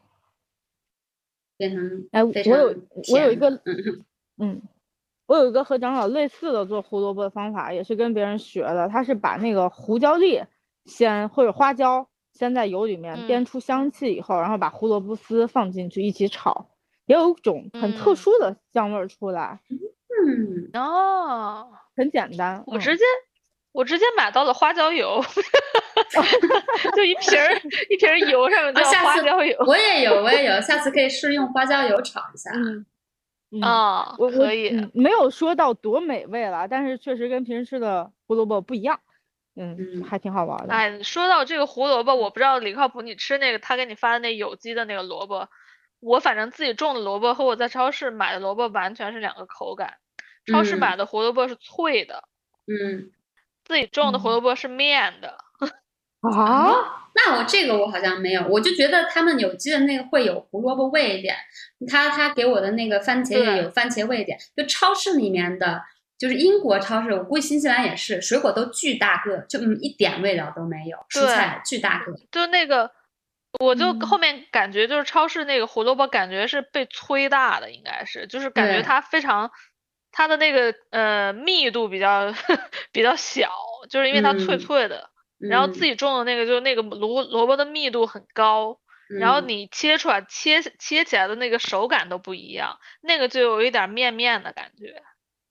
变成
哎，我
非
有
常
我有一
甜
个
嗯
嗯，我有一个和长老类似的做胡萝卜的方法，也是跟别人学的。他是把那个胡椒粒先或者花椒先在油里面煸
嗯
出香气以后，然后把胡萝卜丝放进去一起炒，也有一种很特
嗯
殊的香味儿出来，
嗯，
哦，
很简单。
我
嗯
直接。我直接买到了花椒油， 就一瓶 儿一瓶儿油，上面
啊
叫
下
花
次
椒油
我也有我也有，下次可以试用花椒油炒一下。
嗯
哦
嗯，
啊，
我我
可以，
嗯没有说到多美味了，但是确实跟平时吃的胡萝卜不一样，嗯，
嗯
还挺好玩儿的。
哎，说到这个胡萝卜，我不知道李靠谱，你吃那个他给你发的那有机的那个萝卜，我反正自己种的萝卜和我在超市买的萝卜完全是两个口感。超
嗯
市买的胡萝卜是脆的，
嗯
自己种的
嗯
胡萝卜是面的。
啊，
那我这个我好像没有，我就觉得他们有机的那个会有胡萝卜味一点，他他给我的那个番茄
对
也有番茄味一点。就超市里面的，就是英国超市，我估计新西兰也是，水果都巨大个，就嗯一点味道都没有，蔬
对
菜巨大个。
就那个，我就
嗯
后面感觉就是超市那个胡萝卜，感觉是被催大的，应该是，就是感
对
觉它非常，它的那个呃密度比较 比较小，就是因为它脆
嗯
脆的，然后自己种的那个就是那个萝萝卜的密度很高，
嗯，
然后
嗯
你切出来切切起来的那个手感都不一样，那个就有一点面面的感觉，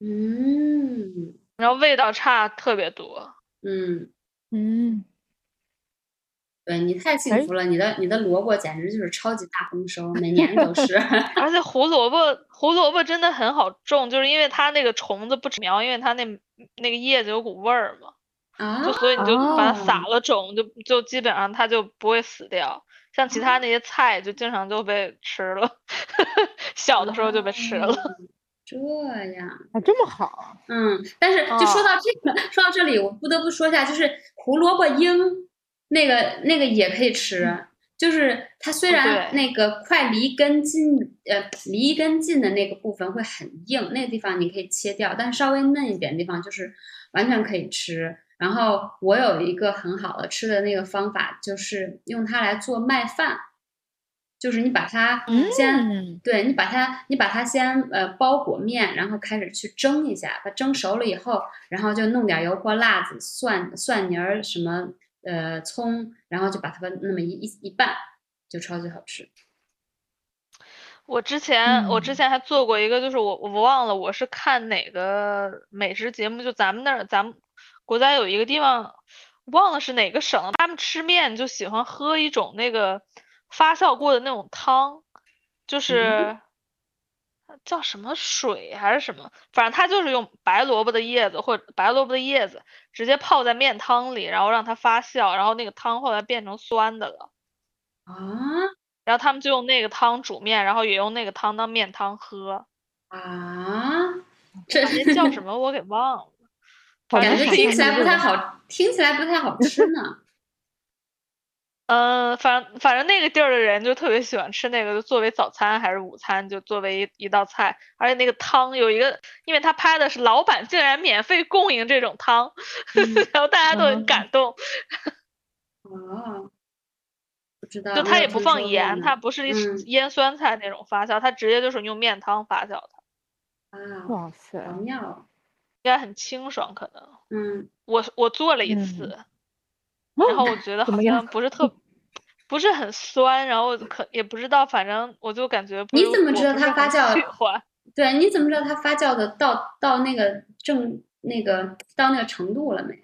嗯
然后味道差特别多。
嗯，
嗯，
对你太幸
哎
福了，你的你的萝卜简直就是超级大丰收，每年都 是。
而且胡萝卜胡萝卜真的很好种，就是因为它那个虫子不吃苗，因为它那那个叶子有股味儿嘛，
啊，
就所以你就把它撒
哦
了种，就就基本上它就不会死掉。像其他那些菜就经常就被吃了， 小的时候就被吃了。
哦。这样，
啊，这么好，
嗯，但是就说
哦
到这个，说到这里，我不得不说一下，就是胡萝卜缨，那个那个也可以吃，就是它虽然
嗯对
那个快离根茎，呃，离根茎的那个部分会很硬，那个地方你可以切掉，但稍微嫩一点的地方就是完全可以吃。然后我有一个很好的吃的那个方法，就是用它来做麦饭，就是你把它先、
嗯，
对你把它，你把它先呃包裹面，然后开始去蒸一下，把蒸熟了以后，然后就弄点油或辣子、蒜、蒜泥儿什么呃葱，然后就把它们那么一一一拌，就超级好吃。
我之前我之
嗯
前还做过一个，就是我我忘了我是看哪个美食节目，就咱们那儿咱们国家有一个地方，忘了是哪个省，他们吃面就喜欢喝一种那个发酵过的那种汤，就是叫什么水还是什么，反正它就是用白萝卜的叶子或者白萝卜的叶子直接泡在面汤里，然后让它发酵，然后那个汤后来变成酸的了。
啊
然后他们就用那个汤煮面，然后也用那个汤当面汤喝。
啊，这
啊那叫什么我给忘了，
好
反
感
正
像
觉
是
是
听
一
个
起来
名
不
字
太好，听起来不太好吃呢。
呃，反反正那个地儿的人就特别喜欢吃那个，就作为早餐还是午餐，就作为一一道菜。而且那个汤有一个，因为他拍的是老板竟然免费供应这种汤，
嗯
然后大家都很感动。
哦，不嗯知道，
就
没
他
有
也不
听
放
说过
盐，
呢
他不是一
嗯
腌酸菜那种发酵，他直接就是用面汤发酵的，
啊，
哇塞，
好妙哦，
应该很清爽可能。
嗯
我我做了一
嗯
次，然后我觉得
怎
好
么样
像不是特，不是很酸，然后可也不知道，反正我就感觉不
你
是
怎么
我
知道
不
它
是
发
很
酵
喜欢
对，你怎么知道它发酵的到到那个正那个到那个程度了没 有？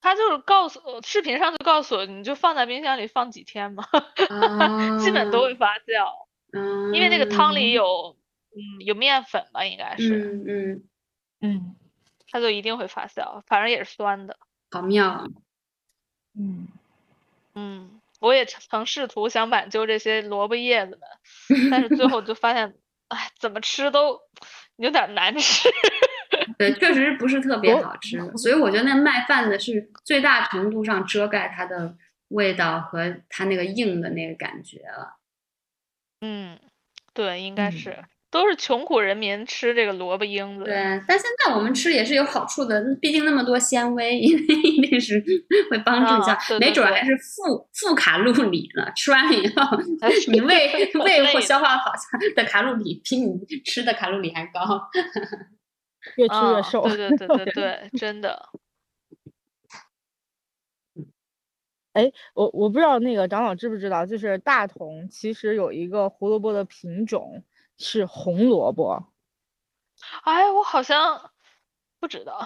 它就是告诉我视频上就告诉我，你就放在冰箱里放几天嘛，
啊
基本都
嗯
会发酵，因为那个汤里
有
有嗯有面粉吧，应该是，
嗯嗯，
嗯
它就一定会发酵，反正也是酸的。
好妙啊，
嗯，
嗯，我也曾曾试图想挽救这些萝卜叶子们，但是最后就发现，哎，怎么吃都有点儿难吃。
对，确实不是特别
哦
我
好吃的，所以我觉得那麦饭的是最大程度上遮盖它的味道和它那个硬的那个感觉啊了。
嗯，对，应该
嗯
是，都是穷苦人民吃这个萝卜缨子。
对，但现在我们吃也是有好处的，毕竟那么多纤维， 因为一定是会帮助一下，
啊对
没
对
准儿
对
还是负负卡路里呢。吃完了以 后，
哎
你胃胃
累
或
的
消化好像的卡路里比你吃的卡路里 还高。
越吃
啊，
越瘦，
对对对对 对，真的。
我我不知道那个长老知不知道，就是大同其实有一个胡萝卜的品种是红萝卜，
哎，我好像不知 道，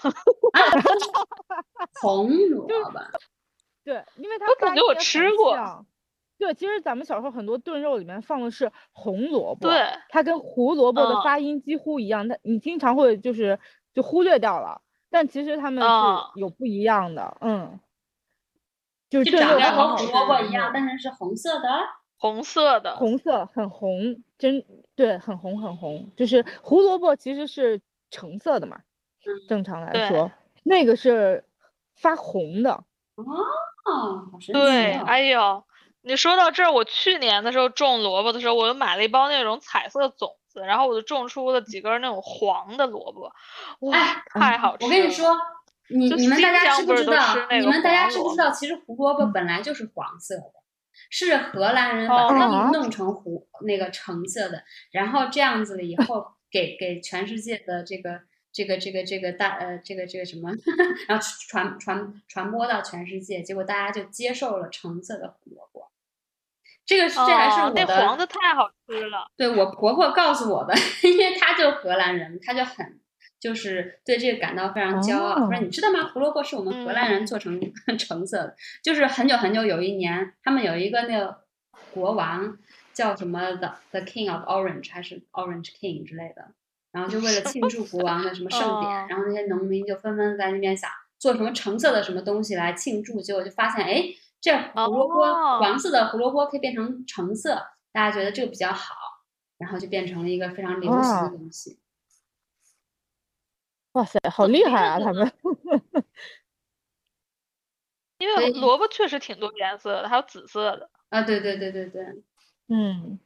红萝卜，
对，因为它
我感
发
觉我
音也
吃
很
过
像。对，其实咱们小时候很多炖肉里面放的是红萝卜，
对，
它跟胡萝卜的
嗯
发音几乎一样，它你经常会就是就忽略掉了，但其实它们
嗯
是有不一样的，嗯，就是
就
炖
长
肉
得
它
得和
跟
很好
胡
吃
萝卜
嗯
一样，但是是红色的。
红色的，
红色很红，真对，很红很红。就是胡萝卜其实是橙色的嘛，正常来
对
说，那个是发红的。
哦，好神奇、
对，
哦！
哎呦，你说到这儿，我去年的时候种萝卜的时候，我又买了一包那种彩色种子，然后我就种出了几根儿那种黄的萝卜，哇，
哎
太好吃了！
我跟你，说，你
就
你们大
新
家
疆
知
不
不
是
知
都
道
吃？那
你
个
们大家
黄
知不
萝
知道？其实胡萝卜本来就是黄色的，是荷兰人把
哦
它弄成胡那个橙色的，然后这样子了以 后，给给全世界的这个这个这个这个大呃这个这个什么， 然后传传传播到全世界，结果大家就接受了橙色的胡萝卜。这个是这还是
哦
我
那
的
黄的太好吃了，
对我婆婆告诉我的， 因为她就荷兰人，她就很就是对这个感到非常骄傲。她说：“
哦
你知道吗？胡萝卜是我们荷
嗯
兰人做成 橙色的。就是很久很久有一年，他们有一个那个国王叫什么 the the king of orange 还是 orange king 之类的，然后就为了庆祝国王的什么盛典，
哦
然后那些农民就纷纷在那边想做什么橙色的什么东西来庆祝，结果就发现哎。诶这胡萝卜、
哦
黄色的胡萝卜可以变成橙色，大家觉得这个比较好，然后就变成了一个非常流行的
哦
东西。
哇塞，好厉害啊！他们
因
所
为
以
萝卜确实挺多颜色的，还有紫色的。
啊，对对对对对，
嗯，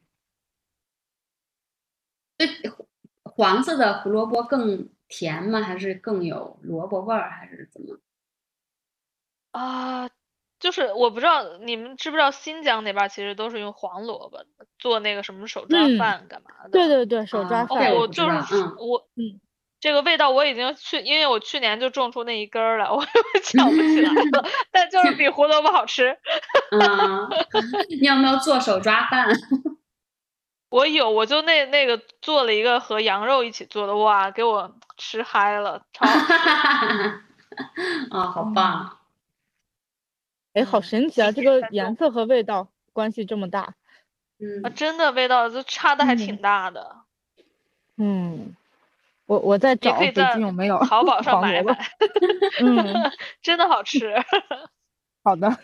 黄色的胡萝卜更甜吗？还是更有萝卜味儿？还是怎么？
啊，就是我不知道你们知不知道新疆那边儿其实都是用黄萝卜做那个什么手抓
嗯
饭干嘛的。
对对对，手
啊
抓
这
哦，
饭
个
也
我
不
是
知
就
道
是
嗯
我
嗯
这个味道我已经去，因为我去年就种出那一根儿了， 我 想不起来了，但就是比胡萝卜好吃。
啊， 你有没有做手抓饭？
我有，我就那那个做了一个和羊肉一起做的，哇，给我吃嗨了， 超好吃
啊，好棒！
哎，好
嗯
神奇啊！这个颜色和味道关系这么大。
嗯
啊，真的味道就差的还挺
嗯
大的。
嗯，我我在
你
找
可以
北
在
京有没有
淘宝上
黄
买
萝卜
买，
嗯，
真的好 吃。啊
好的。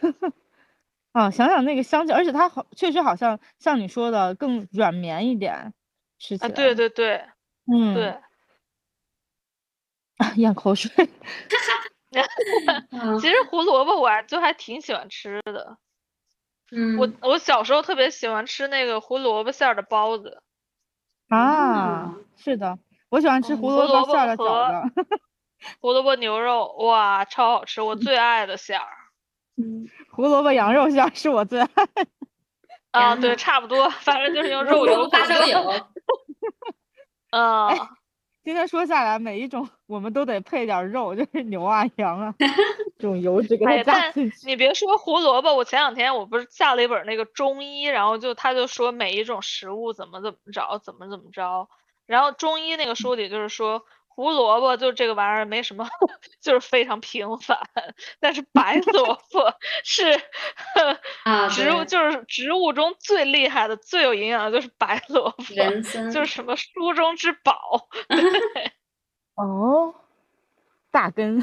啊，想想那个香气，而且它好，确实好像像你说的更软绵一点，吃起
啊，
来。
对，对对
嗯，
对，，
咽口水。
啊
其实胡萝卜我还就还挺喜欢吃的。
嗯，
我我小时候特别喜欢吃那个胡萝卜馅儿的包子，
啊，是的，我喜欢吃
嗯
胡
胡
萝
萝
卜
卜
馅儿的
和
饺子。
胡萝卜牛肉，哇，超好吃，我最爱的馅儿。
嗯
胡萝卜羊肉馅儿是我最爱。
啊，
天呐
对，差不多，反正就是用
胡
肉
萝
油
卜花
滚
椒
的。
油，
嗯，
今天说下来，每一种我们都得配点儿肉，就是牛啊、羊 啊这种油脂给
哎
它
呀
加
但
进去。
你别说胡萝卜，我前两天我不是下了一本那个中医，然后就他就说每一种食物怎么怎么着，怎么怎么着，然后中医那个书里就是说胡萝卜就这个玩意儿没什么， 就是非常平凡，但是白 萝卜是
啊，
植物
对
就是植物中最厉害的、最有营养的就是白萝卜，
人参
就是什么书中之宝。
哦，大根。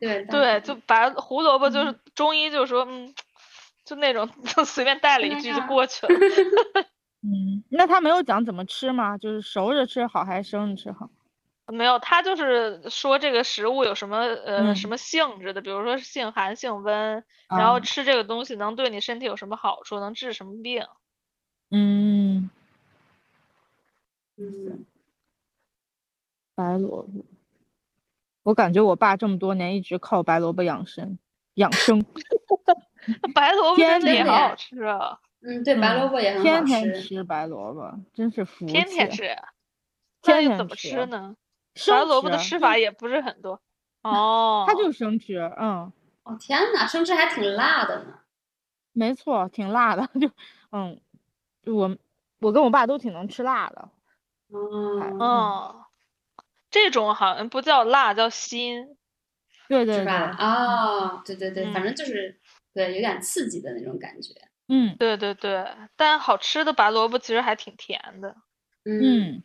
对
对，
当
就白胡萝卜就是中医就说嗯。就那种， 就随便带了
那
一句就
样
过去了。
嗯，那他没有讲怎么吃吗？就是熟着吃好还是生着吃好？
没有，他就是说这个食物有什么呃什
嗯
么性质的，比如说是性寒、性温，然后
啊
吃这个东西能对你身体有什么好处，能治什么病。
嗯，
嗯
白萝卜。我感觉我爸这么多年一直靠白萝卜养生，养生
那白萝卜真
天
的也
天
好
的
好吃啊，
嗯，对，白
嗯
萝卜也很好
天
吃。
天吃白萝卜，真是服
天天
气。
吃，那
天
又
天
怎么
吃
吃呢？白
生
萝卜的
吃
吃法也不是很 多。哦，
他就是生吃，嗯，
哦天哪，生吃还挺辣的呢。
没错，挺辣的，就嗯，就我我跟我爸都挺能吃辣的，
哦，
嗯，这种好像不叫辣，叫辛。
嗯对对
是
对，
吧？哦，对对对，反
嗯
正就是对，有点刺激的那种感觉。
嗯
对对对，但好吃的白萝卜其实还挺甜的。
嗯，
嗯，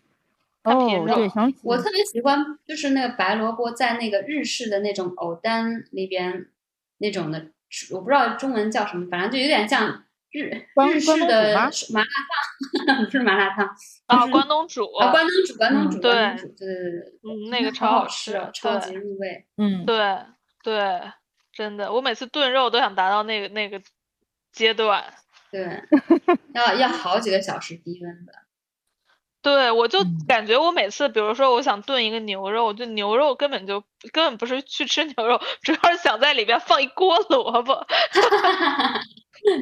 看皮
哦，
肉
对，想起
我特别喜欢就是那个白萝卜在那个日式的那种藕丹里边那种的吃，我不知道中文叫什么，反正就有点像日
关
日式
关东煮
的
吗
麻辣烫，不 是麻辣烫
啊，
就是
关东煮，
啊，关东煮，关东
嗯
煮，
哦对
关东煮，对对对对，
嗯，那个
好
超
好
吃
啊，超级入味。
嗯，
对对对，真的，我每次炖肉都想达到那个那个阶段。
对，要要好几个小时低温的。
对，我就
嗯
感觉我每次，比如说我想炖一个牛肉，我就牛肉根本就根本不是去吃 牛肉，主要是想在里边放一锅萝卜，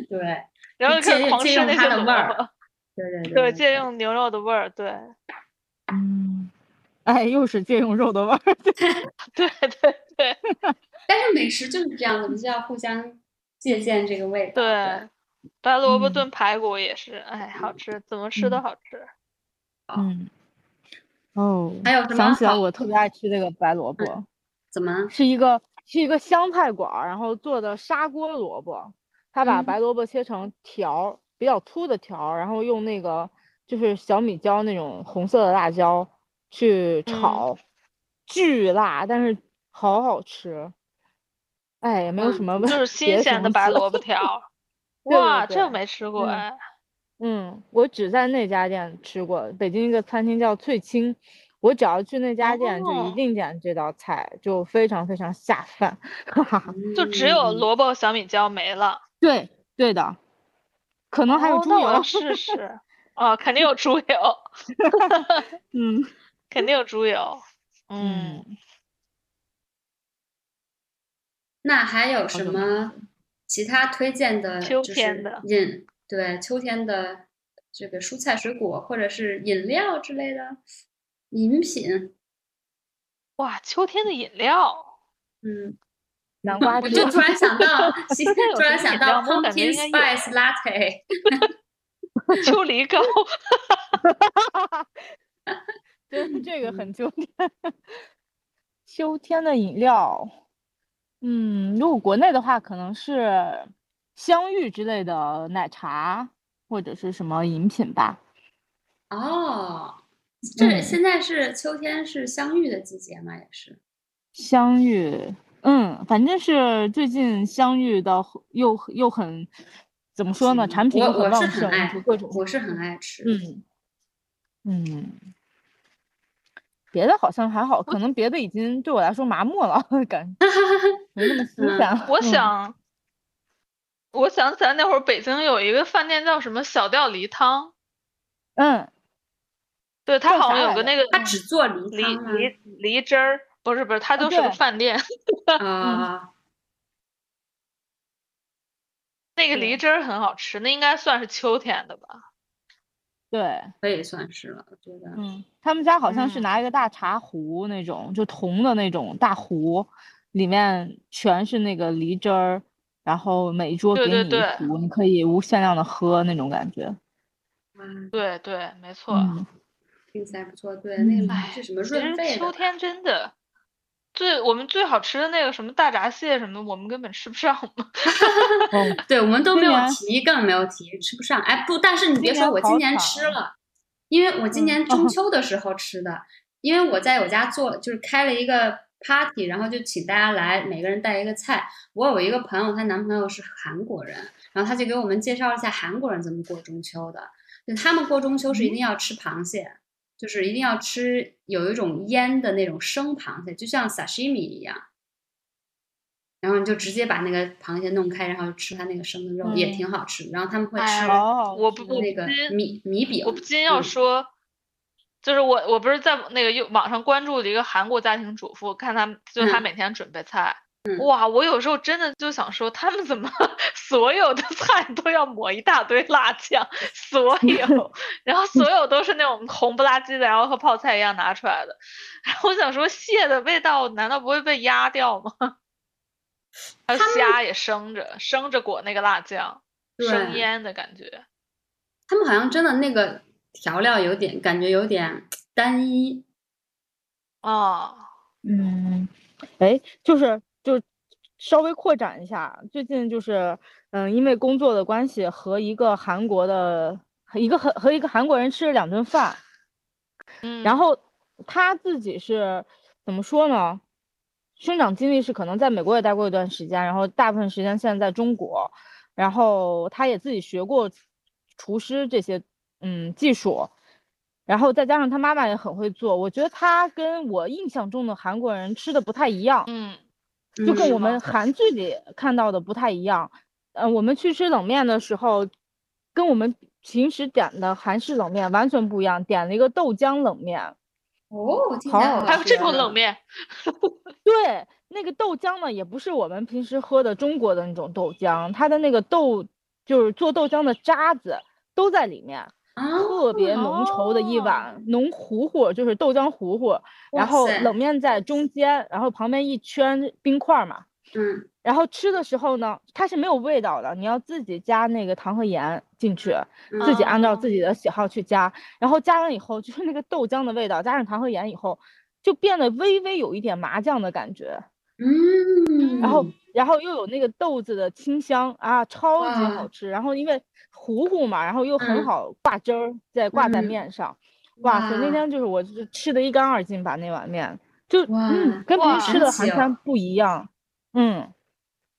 对
然后
就
就开
借
始狂
借
吃
用
那
它
些
的
萝
味儿嗯
卜，
对对
对，
对，
借用牛肉的味儿，对
嗯，哎，又是借用肉的味儿。
对对对
但是美食就是这样的，我们就要互相借鉴这个味道。
对，白萝卜
嗯
炖排骨也是，哎，好吃，怎么吃都
嗯
好吃。
嗯，哦，
啊还有什么
想起来
好嗯
我特别爱吃这个白萝卜，
怎么？
是一个是一个湘菜馆儿，然后做的砂锅萝卜，他把
嗯
白萝卜切成条儿，比较粗的条儿，然后用那个就是小米椒那种红色的辣椒去
嗯
炒，巨辣，但是好好吃。哎，也没有
嗯
什么问，
就是
别
新
的
鲜的
形
白
式
萝卜条儿。
对对
哇，这
对
个没吃过
嗯
哎。
嗯，我只在那家店吃过，北京一个餐厅叫翠青，我只要去那家店就
哦
一定点这道菜，就非常非常下饭， 哈哈哈。
就只有
嗯
萝卜和小米椒没了，
对对的，可能还有
哦
猪
那
油
我要试 试。哦，肯定有猪油，
嗯
肯定有猪 油。嗯，
嗯，
那还有什
久没
么其他推荐的？
秋
就是
天的
饮，对，秋天的这个蔬菜水果或者是饮料之类的饮品。
哇，秋天的饮料，
嗯，
南瓜
我
汁
就突然想 到，
现在有
突然
什么
想
饮
到
料吗我感觉
pumpkin
应该有
spice latte，
秋梨 膏，
对， 这个
嗯
很秋天。秋天的饮料，嗯，如果国内的话，可能是香芋之类的奶茶或者是什么饮品吧。
哦，这
嗯
现在是秋天，是香芋的季节嘛，也是。
香芋，嗯，反正是最近香芋的很又很又很怎么说呢？
嗯
产品
我
又很
我是
旺
很
盛，
爱
就各种
我是很爱吃。
嗯，嗯，别的好像还好，可能别的已经对我来说麻木了，感觉 没那么新
嗯
鲜了。
我
嗯，
想，我想起来那会儿北京有一个饭店叫什么小吊梨汤，
嗯，
对，它
叫
好像
啥
有个
来着啊
那个
它只做梨
梨
汤啊吗？
梨梨汁儿，不是不是，它就是个
对
饭店，
啊，
那个梨
对
汁儿很好吃，那应该算是秋天的吧？
对，
可以算是了，我觉得。
嗯，他们家好像是
嗯
拿一个大茶壶那种，就铜的那种大壶，里面全是那个梨汁儿，然后每一桌
对
给
对
你
对
一壶，你可以无限量的喝那种感觉。
哇，
对对，没错。
嗯，
听起来不错。对，那个
嗯
是什么
其
润
实
肺的？
秋天真的，最我们最好吃的那个什么大闸蟹什么的，我们根本吃不上嘛。
哦，
对，我们都
今
没有
年
提，更没有提，吃不上。哎，不，但是你
今
别说，
年
我今
好
年
惨
吃
啊
了，因为我今
嗯
年
哦
中秋的时候吃的，因为我在我家做，就是开了一个 party，然后就请大家来，每个人带一个菜。我有一个朋友，她男朋友是韩国人，然后他就给我们介绍了一下韩国人怎么过中秋的。就他们过中秋是一定
嗯
要吃螃蟹，就是一定要吃有一种腌的那种生螃蟹，就像 sashimi 一样。然后你就直接把那个螃蟹弄开，然后吃它那个生的肉、也挺好吃。然后他们会吃
嗯哎
好好
我不
吃
我
那个
不禁
米米饼，
我不禁要
嗯
说，就是我我不是在那个又网上关注了一个韩国家庭主妇，看他们就她
嗯
每天准备菜。哇，我有时候真的就想说，他们怎么 所有的菜都要抹一大堆辣酱，所 有，然后所有都是那种红不拉几的，然后和泡菜一样拿出来的。然后我想说，蟹的味道难道不会被压掉吗？ 还有虾也生着，生着裹那个辣酱，生
对
腌的感觉。
他们好像真的那个调料有点感觉有点单一。
哦，
嗯，哎，就是就稍微扩展一下，最近就是嗯，因为工作的关系，和一个韩国的和一个和和一个韩国人吃了两顿饭，
嗯，
然后他自己是怎么说呢？生长经历是可能在美国也待过一段时间，然后大部分时间现在在中国。然后他也自己学过厨师这些嗯技术，然后再加上他妈妈也很会做，我觉得他跟我印象中的韩国人吃的不太一样，
嗯，
就跟
嗯
我们韩剧里看到的不太一样。呃，我们去吃冷面的时候，跟我们平时点的韩式冷面完全不一样，点了一个豆浆冷面。
哦，听起
好
来好
还有这
吃
种冷面，
对，那个豆浆呢，也不是我们平时喝的中国的那种豆浆，它的那个豆就是做豆浆的渣子都在里面，
啊，
特别浓稠的一碗、浓糊糊，就是豆浆糊糊，然
哦哇
后
塞
冷面在中间，然后旁边一圈冰块儿嘛。
嗯
然后吃的时候呢，它是没有味道的，你要自己加那个糖和盐进去，
嗯
自己按照自己
哦
的喜好去加，然后加完以后 就是那个豆浆的味道，加上糖和盐以后，就变得微微有一点麻酱的感觉，
嗯，
然后然后又有那个豆子的清香啊，超级
哇
好吃。然后因为糊糊嘛，然后又
嗯
很好挂汁儿，再挂在
嗯
面上，哇塞，那
哇
天就是我就是吃的一干二净吧那碗面，就
哇
嗯跟平
哇
时
神
吃的韩
奇哦
餐不一样，嗯。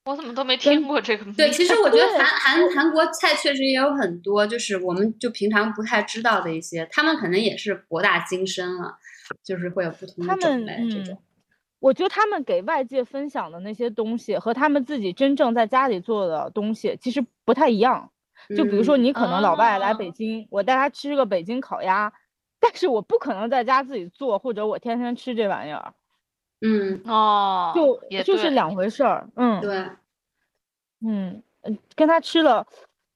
我怎么都没听过这个名字。
对，其实我觉得
对
韩韩韩国菜确实也有很多，就是我们就平常不太知道的一些，他们可能也是博大精深了，就是会有不同
他
的种
们
类这
嗯
种。，
我觉得他们给外界分享的那些东西和他们自己真正在家里做的东西其实不太一样。就比如说，
嗯
你可能老外来
哦
北京，我带他吃个北京烤鸭，但是我不可能在家自己做，或者我天天吃这玩意儿，
嗯，
哦，
就
也
就是
对
两回事儿。嗯
对，
嗯嗯，跟他吃了，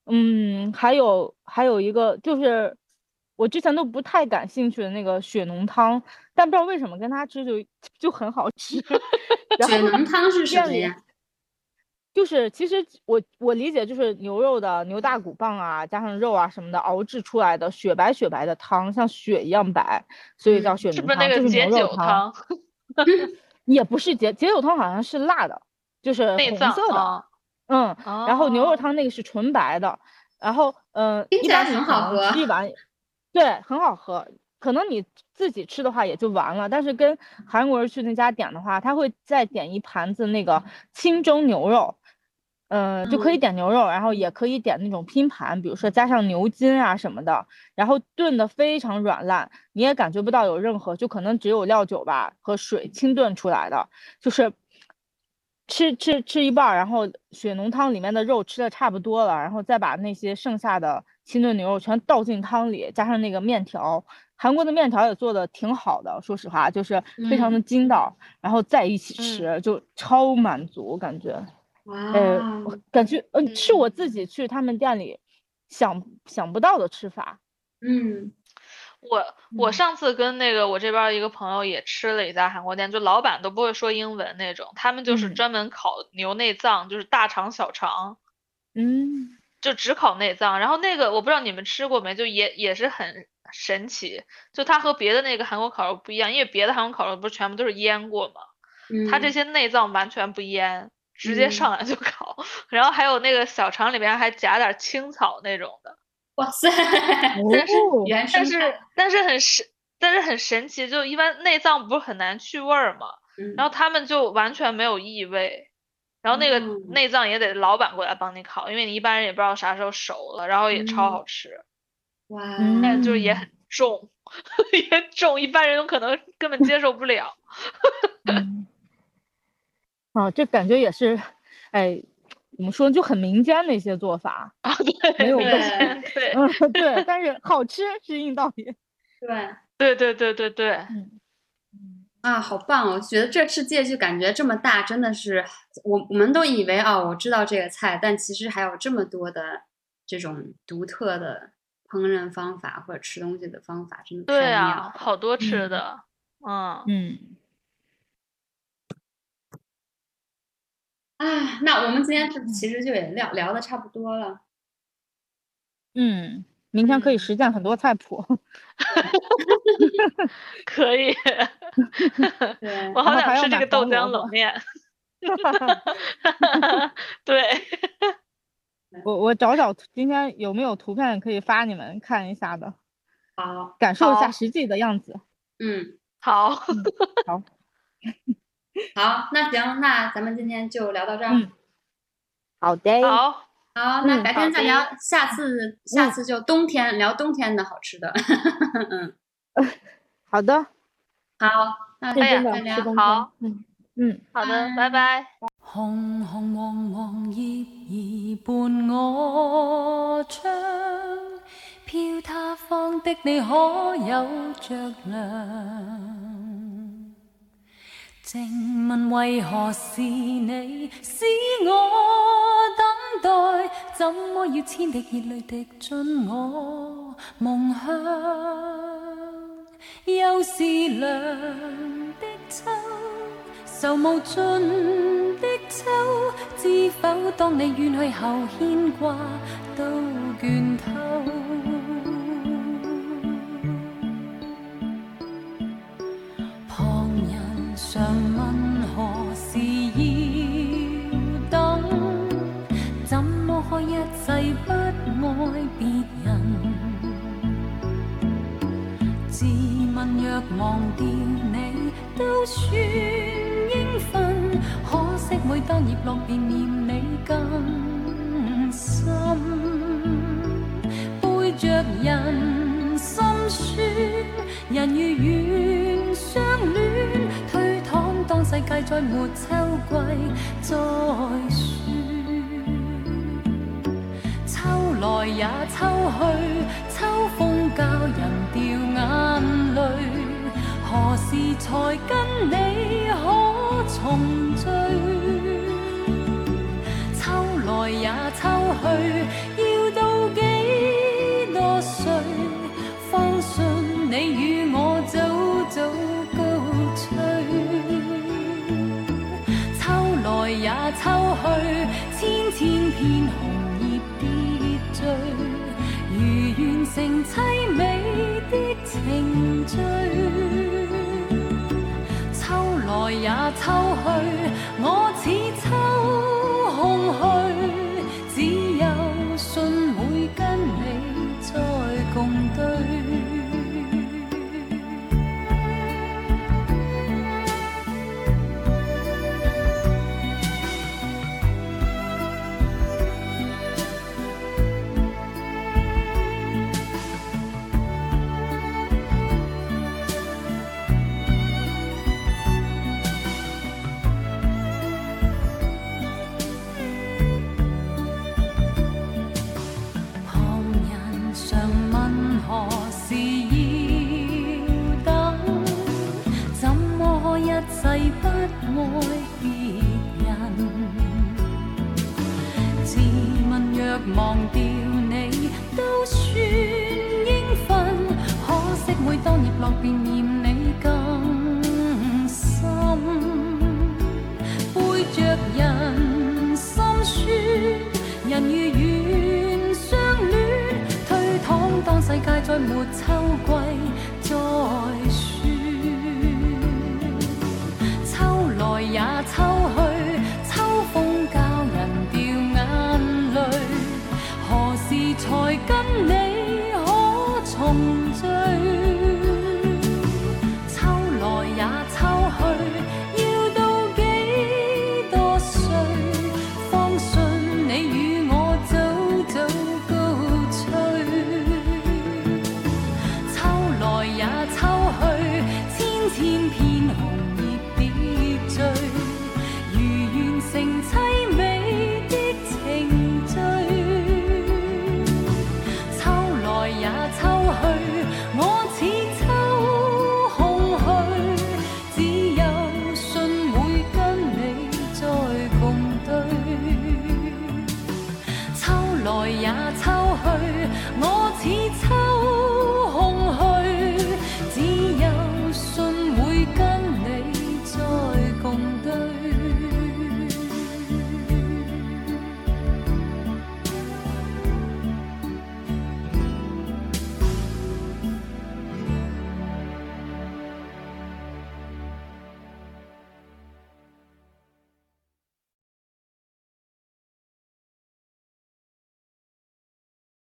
嗯，还有还有一个就是。我之前都不太感兴趣的那个血浓汤，但不知道为什么跟他吃就就很好吃。然
血
后
浓汤是什
店
么
里
呀？
就是其实我我理解就是牛肉的牛大骨棒啊，加上肉啊什么的熬制出来的雪白雪白的汤，像雪一样白，所以叫
嗯
雪
是
浓
不是那
汤，
个
就是
解
牛肉
酒
汤，？也不是解解酒汤，好像是辣的，就是
内
红
脏
色的，
啊？
嗯，然后牛肉
哦
汤那个是纯白的，然后嗯、呃
听
一
起来
般你
很
可
好
能
喝
吃一碗，对，很好喝。可能你自己吃的话也就完了，但是跟韩国人去那家点的话，他会再点一盘子那个清蒸牛肉，嗯、就可以
嗯
点牛肉，然后也可以点那种拼盘，比如说加上牛筋啊什么的，然后炖的非常软烂，你也感觉不到有任何，就可能只有料酒吧和水清炖出来的，就是吃吃吃一半儿，然后血浓汤里面的肉吃的差不多了，然后再把那些剩下的清炖牛肉全倒进汤里，加上那个面条，韩国的面条也做的挺好的，说实话就是
嗯
非常的筋道，然后在一起吃、就超满足感觉，
哇，
呃，我感觉嗯、是我自
嗯
己去他们店里想想不到的吃法，
嗯
我我
嗯
上次跟那个我这边儿一个朋友也吃了一家韩国店，就老板都不会说英文那种，他们就是
嗯
专门烤牛内脏，就是大肠小肠，
嗯
就只烤内脏。然后那个我不知道你们吃过没，就也也是很神奇，就它和别的那个韩国烤肉不一样，因为别的韩国烤肉不是全部都是腌过吗？
嗯，
它这些内脏完全不腌，直接上
嗯
来就烤。 然后还有那个小肠里面还夹点儿青草那种的。
哇 塞，
但是
哦
原生
但是
态，
但是很神，但是很神奇，就一般内脏不是很难去味儿嘛，
嗯
然后他们就完全没有异味，然后那个
嗯
内脏也得老板过来帮你烤，因为你一般人也不知道啥时候熟了，然后也超好吃，
哇，
但就是也
嗯
很重， 也重，一般人有可能根本接受不了。
嗯，啊，这感觉也是，哎，怎么说呢就很民间的一些做法， 没有
对
味
儿
对
嗯，对，但是好吃是硬道理，
对。
对对对对对，
嗯嗯
啊，好棒哦！觉得这世界就感觉这么大，真的是我我们都以为啊、我知道这个菜，但其实还有这么多的这种独特的烹饪方法或者吃东西的方法，真的太
对
妙
啊
了。，
好多吃
嗯
的，嗯，
嗯，
啊，那我们今天是不是其实就也聊聊的差不多 了？
嗯，明天可以实践很多菜谱，
可以，
对，
我好
然后
想
还要
吃这
买
个豆
黄萝
浆冷
卜
面。 对，
我我找找今天有没有图片可以发你们看一下的，
好，
感受一下
好
实际的样子。
嗯，
好，
好，那行，那咱们今天就聊到这儿。
嗯好的，
好，
好，那
嗯
改
好
天再
的
聊，下次下次就冬天聊冬天的好吃的。 嗯，
好的，
好，那
认
哎呀
再
真的
再聊
吃。东西。
好
嗯嗯。
好的，
拜
拜拜。
紅紅黃黃葉兒伴我唱，飄他方的你可有着涼？靜問為何是你使我等待？怎麼要千滴熱淚滴進我夢鄉？又是涼的秋，愁無盡的秋，知否當你遠去後牽掛到倦透？旁人常問何時要等，怎麼可一世不愛別人？自問若忘掉你，都算應分。可惜每當葉落，便念你更深。背着人心酸，人如願相戀，推搪當世界再沒秋季再說。秋來也秋去，秋風教人掉眼淚。何時才跟你可重聚？秋來也秋去，要到幾多歲？方信你與我早早高吹。秋來也秋去，千千片紅葉跌墜，如願成凄美的情追。秋來也秋去，我似秋空虛，只有信會跟你再共對。旁人常問何時要等，怎麼可一世不愛別人？自問若忘掉你，都算應分。可惜每當葉落，便念你更深。背着人心酸，人如願相戀，推搪當世界再沒秋季再說。秋來也秋去，秋風教人掉眼淚，何時才跟你可重聚？